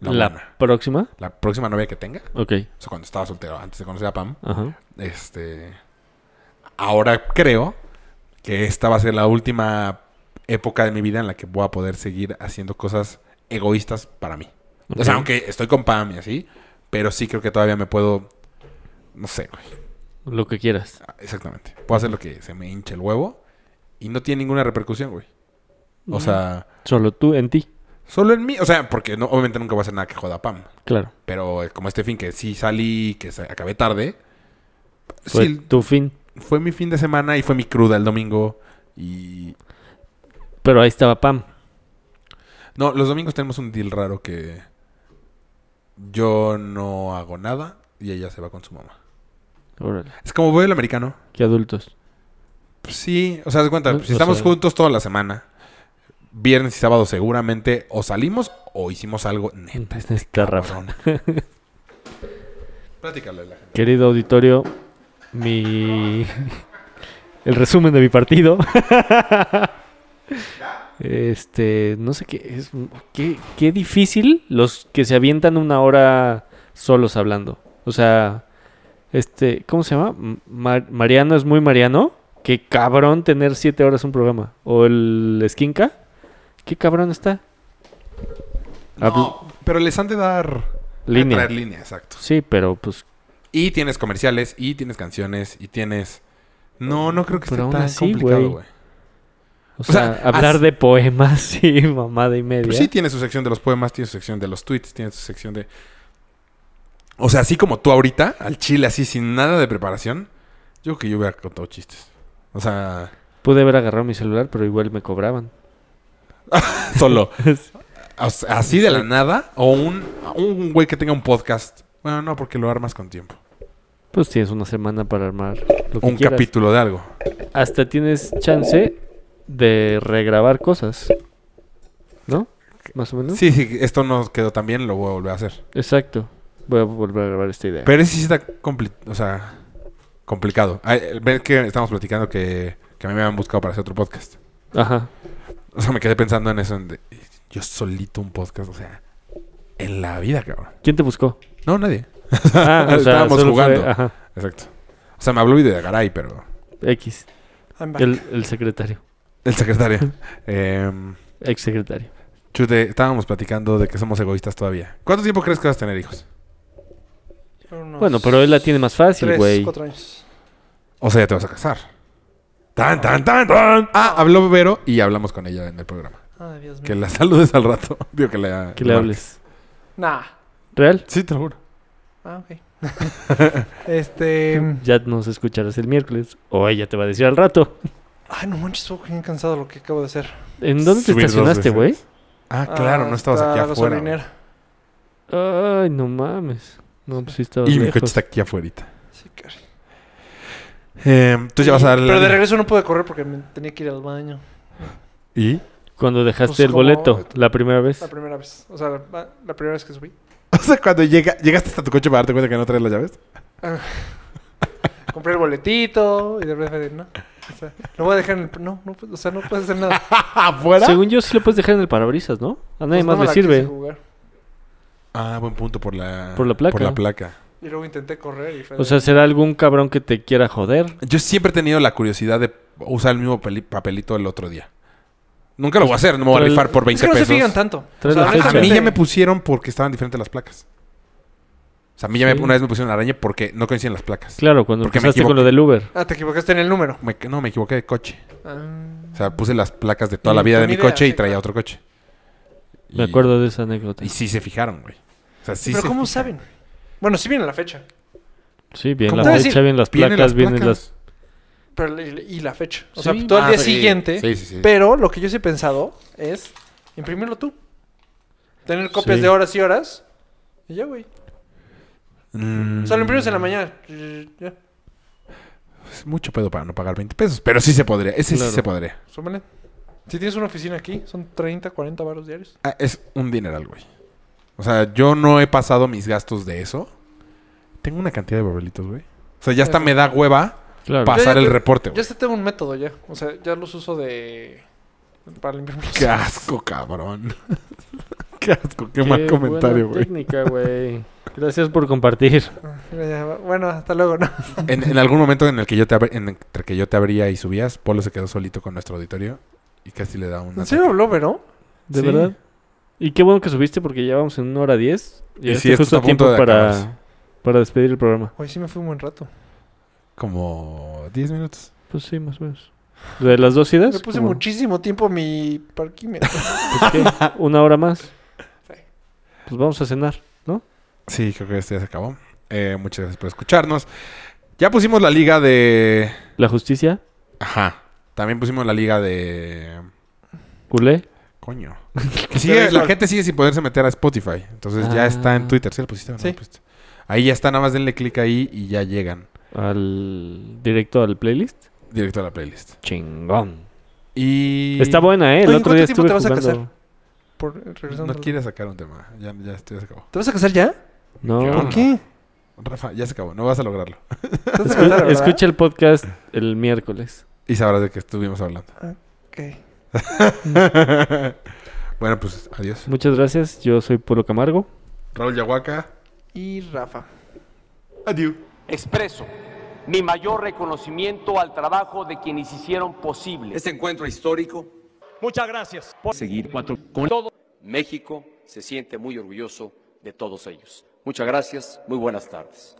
S3: la,
S4: la
S3: buena.
S4: próxima.
S3: La próxima novia que tenga.
S4: Ok.
S3: O sea, cuando estaba soltero, antes de conocer a Pam.
S4: Ajá.
S3: Este. Ahora creo que esta va a ser la última época de mi vida en la que voy a poder seguir haciendo cosas egoístas para mí. O sea,
S4: Ok.
S3: aunque estoy con Pam y así, pero sí creo que todavía me puedo. No sé, güey.
S4: Lo que quieras.
S3: Ah, Exactamente. Puedo hacer lo que se me hinche el huevo y no tiene ninguna repercusión, güey. O sea,
S4: Solo tú en ti.
S3: solo en mí. O sea, porque no, obviamente nunca va a hacer nada que joda a Pam.
S4: Claro.
S3: Pero eh, como este fin que sí salí, que sa- acabé tarde.
S4: Fue
S3: sí,
S4: tu fin.
S3: fue mi fin de semana y fue mi cruda el domingo. Y.
S4: Pero ahí estaba Pam.
S3: No, los domingos tenemos un deal raro que. Yo no hago nada y ella se va con su mamá.
S4: Órale.
S3: Es como voy el americano.
S4: Qué adultos.
S3: Pues sí, o sea, haz de cuenta,
S4: No,
S3: si
S4: o
S3: estamos
S4: sea-
S3: juntos toda la semana, viernes y sábado seguramente o salimos o hicimos algo neta. este
S4: Está Rafa.
S3: cabrón. Platícale a la gente.
S4: Querido auditorio, mi. El resumen de mi partido. Este, no sé qué es. Qué, qué difícil los que se avientan una hora solos hablando. O sea, este, ¿cómo se llama? M- Mar- Mariano es muy Mariano. Qué cabrón tener siete horas un programa. O el Esquinca. Qué cabrón está. Habl-
S3: No, pero les han de dar.
S4: Ah, pues, Línea.
S3: Traer línea, exacto.
S4: Sí, pero pues
S3: Y tienes comerciales, y tienes canciones, y tienes. No, no creo que
S4: Pero
S3: esté
S4: aún
S3: tan
S4: así,
S3: complicado,
S4: güey.
S3: güey.
S4: O
S3: sea,
S4: sea, hablar
S3: as-
S4: de poemas y mamada y media.
S3: Pues sí, tiene su sección de los poemas, tiene su sección de los tweets, tiene su sección de. O sea, así como tú ahorita, al chile, así sin nada de preparación, yo creo que yo hubiera contado chistes. O sea,
S4: Pude haber agarrado mi celular, pero igual me cobraban.
S3: solo. O sea, así de la nada, o un, un güey que tenga un podcast. Bueno, no, porque lo armas con tiempo.
S4: Pues tienes una semana para armar lo que
S3: Un
S4: quieras.
S3: capítulo de algo.
S4: Hasta tienes chance de regrabar cosas. ¿No? Más o menos.
S3: Sí, sí, esto no quedó tan bien, lo voy a volver a hacer.
S4: Exacto. Voy a volver a grabar esta idea.
S3: Pero ese sí está compli- o sea, complicado. Ay, Ves que estamos platicando que, que a mí me habían buscado para hacer otro podcast.
S4: Ajá.
S3: O sea, me quedé pensando en eso. en de- yo solito un podcast, o sea, en la vida, cabrón.
S4: ¿Quién te buscó?
S3: No, nadie.
S4: Ah, o sea,
S3: Estábamos
S4: solo fue-
S3: jugando.
S4: ajá.
S3: Exacto. O sea, me habló Videgaray, pero.
S4: X.
S5: I'm back.
S4: El, el secretario.
S3: El secretario. Em,
S4: Ex secretario.
S3: chute, estábamos platicando de que somos egoístas todavía. ¿Cuánto tiempo crees que vas a tener hijos?
S5: Unos
S4: Bueno, pero él la tiene más fácil,
S5: tres,
S4: güey.
S5: cuatro años.
S3: O sea, ya te vas a casar. ¡Tan, tan, tan, tan! Ah, habló Vero y hablamos con ella en el programa.
S5: Ay, Dios mío.
S3: Que la saludes al rato. Digo que la.
S4: Que le hables.
S5: Nah.
S4: ¿Real?
S3: Sí, te lo juro.
S5: Ah, ok. este.
S4: Ya nos escucharás el miércoles. O ella te va a decir al rato.
S5: Ay, no manches, estoy bien cansado lo que acabo de hacer.
S4: ¿En dónde te
S3: Subir dos
S4: estacionaste,
S3: veces.
S4: güey?
S3: Ah, claro, no estabas
S5: Hasta
S3: aquí
S5: la
S3: afuera. güey.
S5: gasolinera.
S4: Ay, no mames. No, pues sí estaba
S3: Y mi
S4: lejos.
S3: coche está aquí afuera.
S5: Sí, caray.
S3: tú ya vas a dar la
S5: Pero de
S3: línea.
S5: regreso no pude correr porque me tenía que ir al baño.
S3: ¿Y?
S4: Cuando dejaste
S5: Pues
S4: el
S5: como-
S4: boleto la primera vez.
S5: La primera vez. O sea, la, la primera vez que subí.
S3: O sea, cuando llega, llegaste hasta tu coche para darte cuenta que no traes las llaves.
S5: Compré el boletito y de repente no. O sea, lo voy a dejar en el... No, no, o sea, no puedes hacer nada.
S3: ¿Afuera?
S4: Según yo, sí lo puedes dejar en el parabrisas, ¿no? A nadie más
S5: Pues no me
S4: le
S5: la
S4: sirve.
S5: quise jugar.
S3: Ah, buen punto por la...
S4: Por la placa.
S3: Por la placa.
S5: Y luego intenté correr y fue...
S4: O sea, será algún cabrón que te quiera joder.
S3: Yo siempre he tenido la curiosidad de usar el mismo peli- papelito el otro día. Nunca lo voy a hacer, no me voy a
S4: Pero el-
S3: rifar por 20
S5: es que no
S3: pesos.
S5: se fijan tanto.
S4: Traes la
S3: a
S4: fecha.
S3: mí
S5: honestamente-
S3: ya me pusieron porque estaban diferentes las placas. O sea, a mí ya me-
S4: Sí.
S3: una vez me pusieron araña porque no coinciden las placas.
S4: Claro, cuando
S3: Porque me
S4: empezaste con lo del Uber.
S5: Ah, te equivocaste en el número.
S3: Me- no, me equivoqué de coche.
S5: Ah.
S3: O sea, puse las placas de toda la
S5: Mm,
S3: vida de
S5: buena
S3: mi
S5: idea,
S3: coche y
S5: sí,
S3: traía
S5: claro.
S3: otro coche.
S4: Me
S3: Y-
S4: acuerdo de esa anécdota.
S3: Y sí se fijaron, güey. O sea, sí
S5: Pero
S3: se
S5: ¿cómo
S3: fijaron.
S5: saben? Bueno, sí viene la fecha.
S4: Sí, bien
S3: ¿Cómo
S4: la
S3: te voy a
S4: fecha,
S5: decir?
S4: bien las
S3: Vienen
S4: placas, vienen
S3: placas.
S4: las...
S5: Pero, y, y la fecha. O
S7: Sí.
S5: sea, todo el
S7: Ah,
S5: día
S7: sí.
S5: siguiente.
S7: Sí, sí, sí.
S5: Pero lo que yo sí he pensado es imprimirlo tú. Tener copias
S4: Sí.
S5: de horas y horas. Y ya, güey.
S3: Mm,
S5: O sea, lo imprimes en la mañana. Ya,
S3: es mucho pedo para no pagar 20 pesos, pero sí se podría. Ese
S4: Claro.
S3: sí se podría.
S5: súmale. Pues, Si tienes una oficina aquí, son 30, 40 baros diarios.
S3: Ah, es un dineral, güey. O sea, yo no he pasado mis gastos de eso. Tengo una cantidad de papelitos, güey. O sea, ya hasta me da hueva
S4: Claro.
S5: Pa- Yo
S3: pasar
S5: ya
S3: el
S5: te-
S3: reporte,
S5: Ya
S3: güey.
S5: este tengo un método ya. O sea, ya los uso de... Para imprimirlos.
S3: Qué asco, cabrón. Qué asco, qué, mal comentario, güey.
S4: técnica, güey. Gracias por compartir.
S5: Ah, mira, ya, Bueno, hasta luego, ¿no?
S3: En, en algún momento en el que yo te abr- en el- entre que yo te abría y subías, Polo se quedó solito con nuestro auditorio y casi le da un
S5: ¿En
S3: ataque.
S5: serio habló, pero?
S4: De
S3: Sí.
S4: verdad. Y qué bueno que subiste porque ya vamos en una hora diez. Y
S3: sí, esto
S4: justo
S3: está
S4: a
S3: a punto
S4: tiempo
S3: de
S4: para,
S3: acabarse.
S4: para despedir el programa.
S5: Hoy sí me fui un buen rato.
S3: Como 10 minutos.
S4: Pues sí, más o menos. ¿De las dos
S5: Le
S4: idas?
S5: puse
S4: como-
S5: muchísimo tiempo a mi parquímetro.
S4: pues, ¿qué? ¿Una hora más? Pues vamos a cenar, ¿no?
S3: Sí, creo que esto ya se acabó. Eh, muchas gracias por escucharnos. Ya pusimos la liga de.
S4: La justicia,
S3: Ajá. También pusimos la liga de.
S4: culé.
S3: Coño. Que sigue- la gente sigue sin poderse meter a Spotify. Entonces ya está
S4: Ah.
S3: en Twitter. ¿Sí la pusiste o no
S5: Sí.
S3: la pusiste? Ahí ya está, nada más denle clic ahí y ya llegan
S4: Al directo al playlist.
S3: directo a la playlist.
S4: Chingón.
S3: Y.
S4: Está buena, ¿eh? El
S5: Oye,
S4: otro día
S5: ¿cuánto tiempo
S4: estuve
S5: te vas a
S4: jugando.
S5: casar? Por, regresando
S3: No
S5: al-
S3: quiere sacar un tema. Ya, ya, esto ya se acabó.
S5: ¿Te vas a casar ya?
S4: No.
S3: ¿Por
S5: ¿Por qué?
S3: Rafa, ya se acabó. No vas a lograrlo.
S5: ¿Te vas a
S4: Escu-
S5: casar, verdad?
S4: Escucha el podcast el miércoles.
S3: Y sabrás de qué estuvimos hablando.
S5: Ok.
S3: bueno, pues adiós.
S4: Muchas gracias. Yo soy Polo Camargo.
S3: Raúl Yahuaca.
S5: Y Rafa.
S3: Adiós.
S8: Expreso mi mayor reconocimiento al trabajo de quienes hicieron posible
S9: Este encuentro histórico,
S8: Muchas gracias.
S9: seguir cuatro México se siente muy orgulloso de todos ellos. Muchas gracias, muy buenas tardes.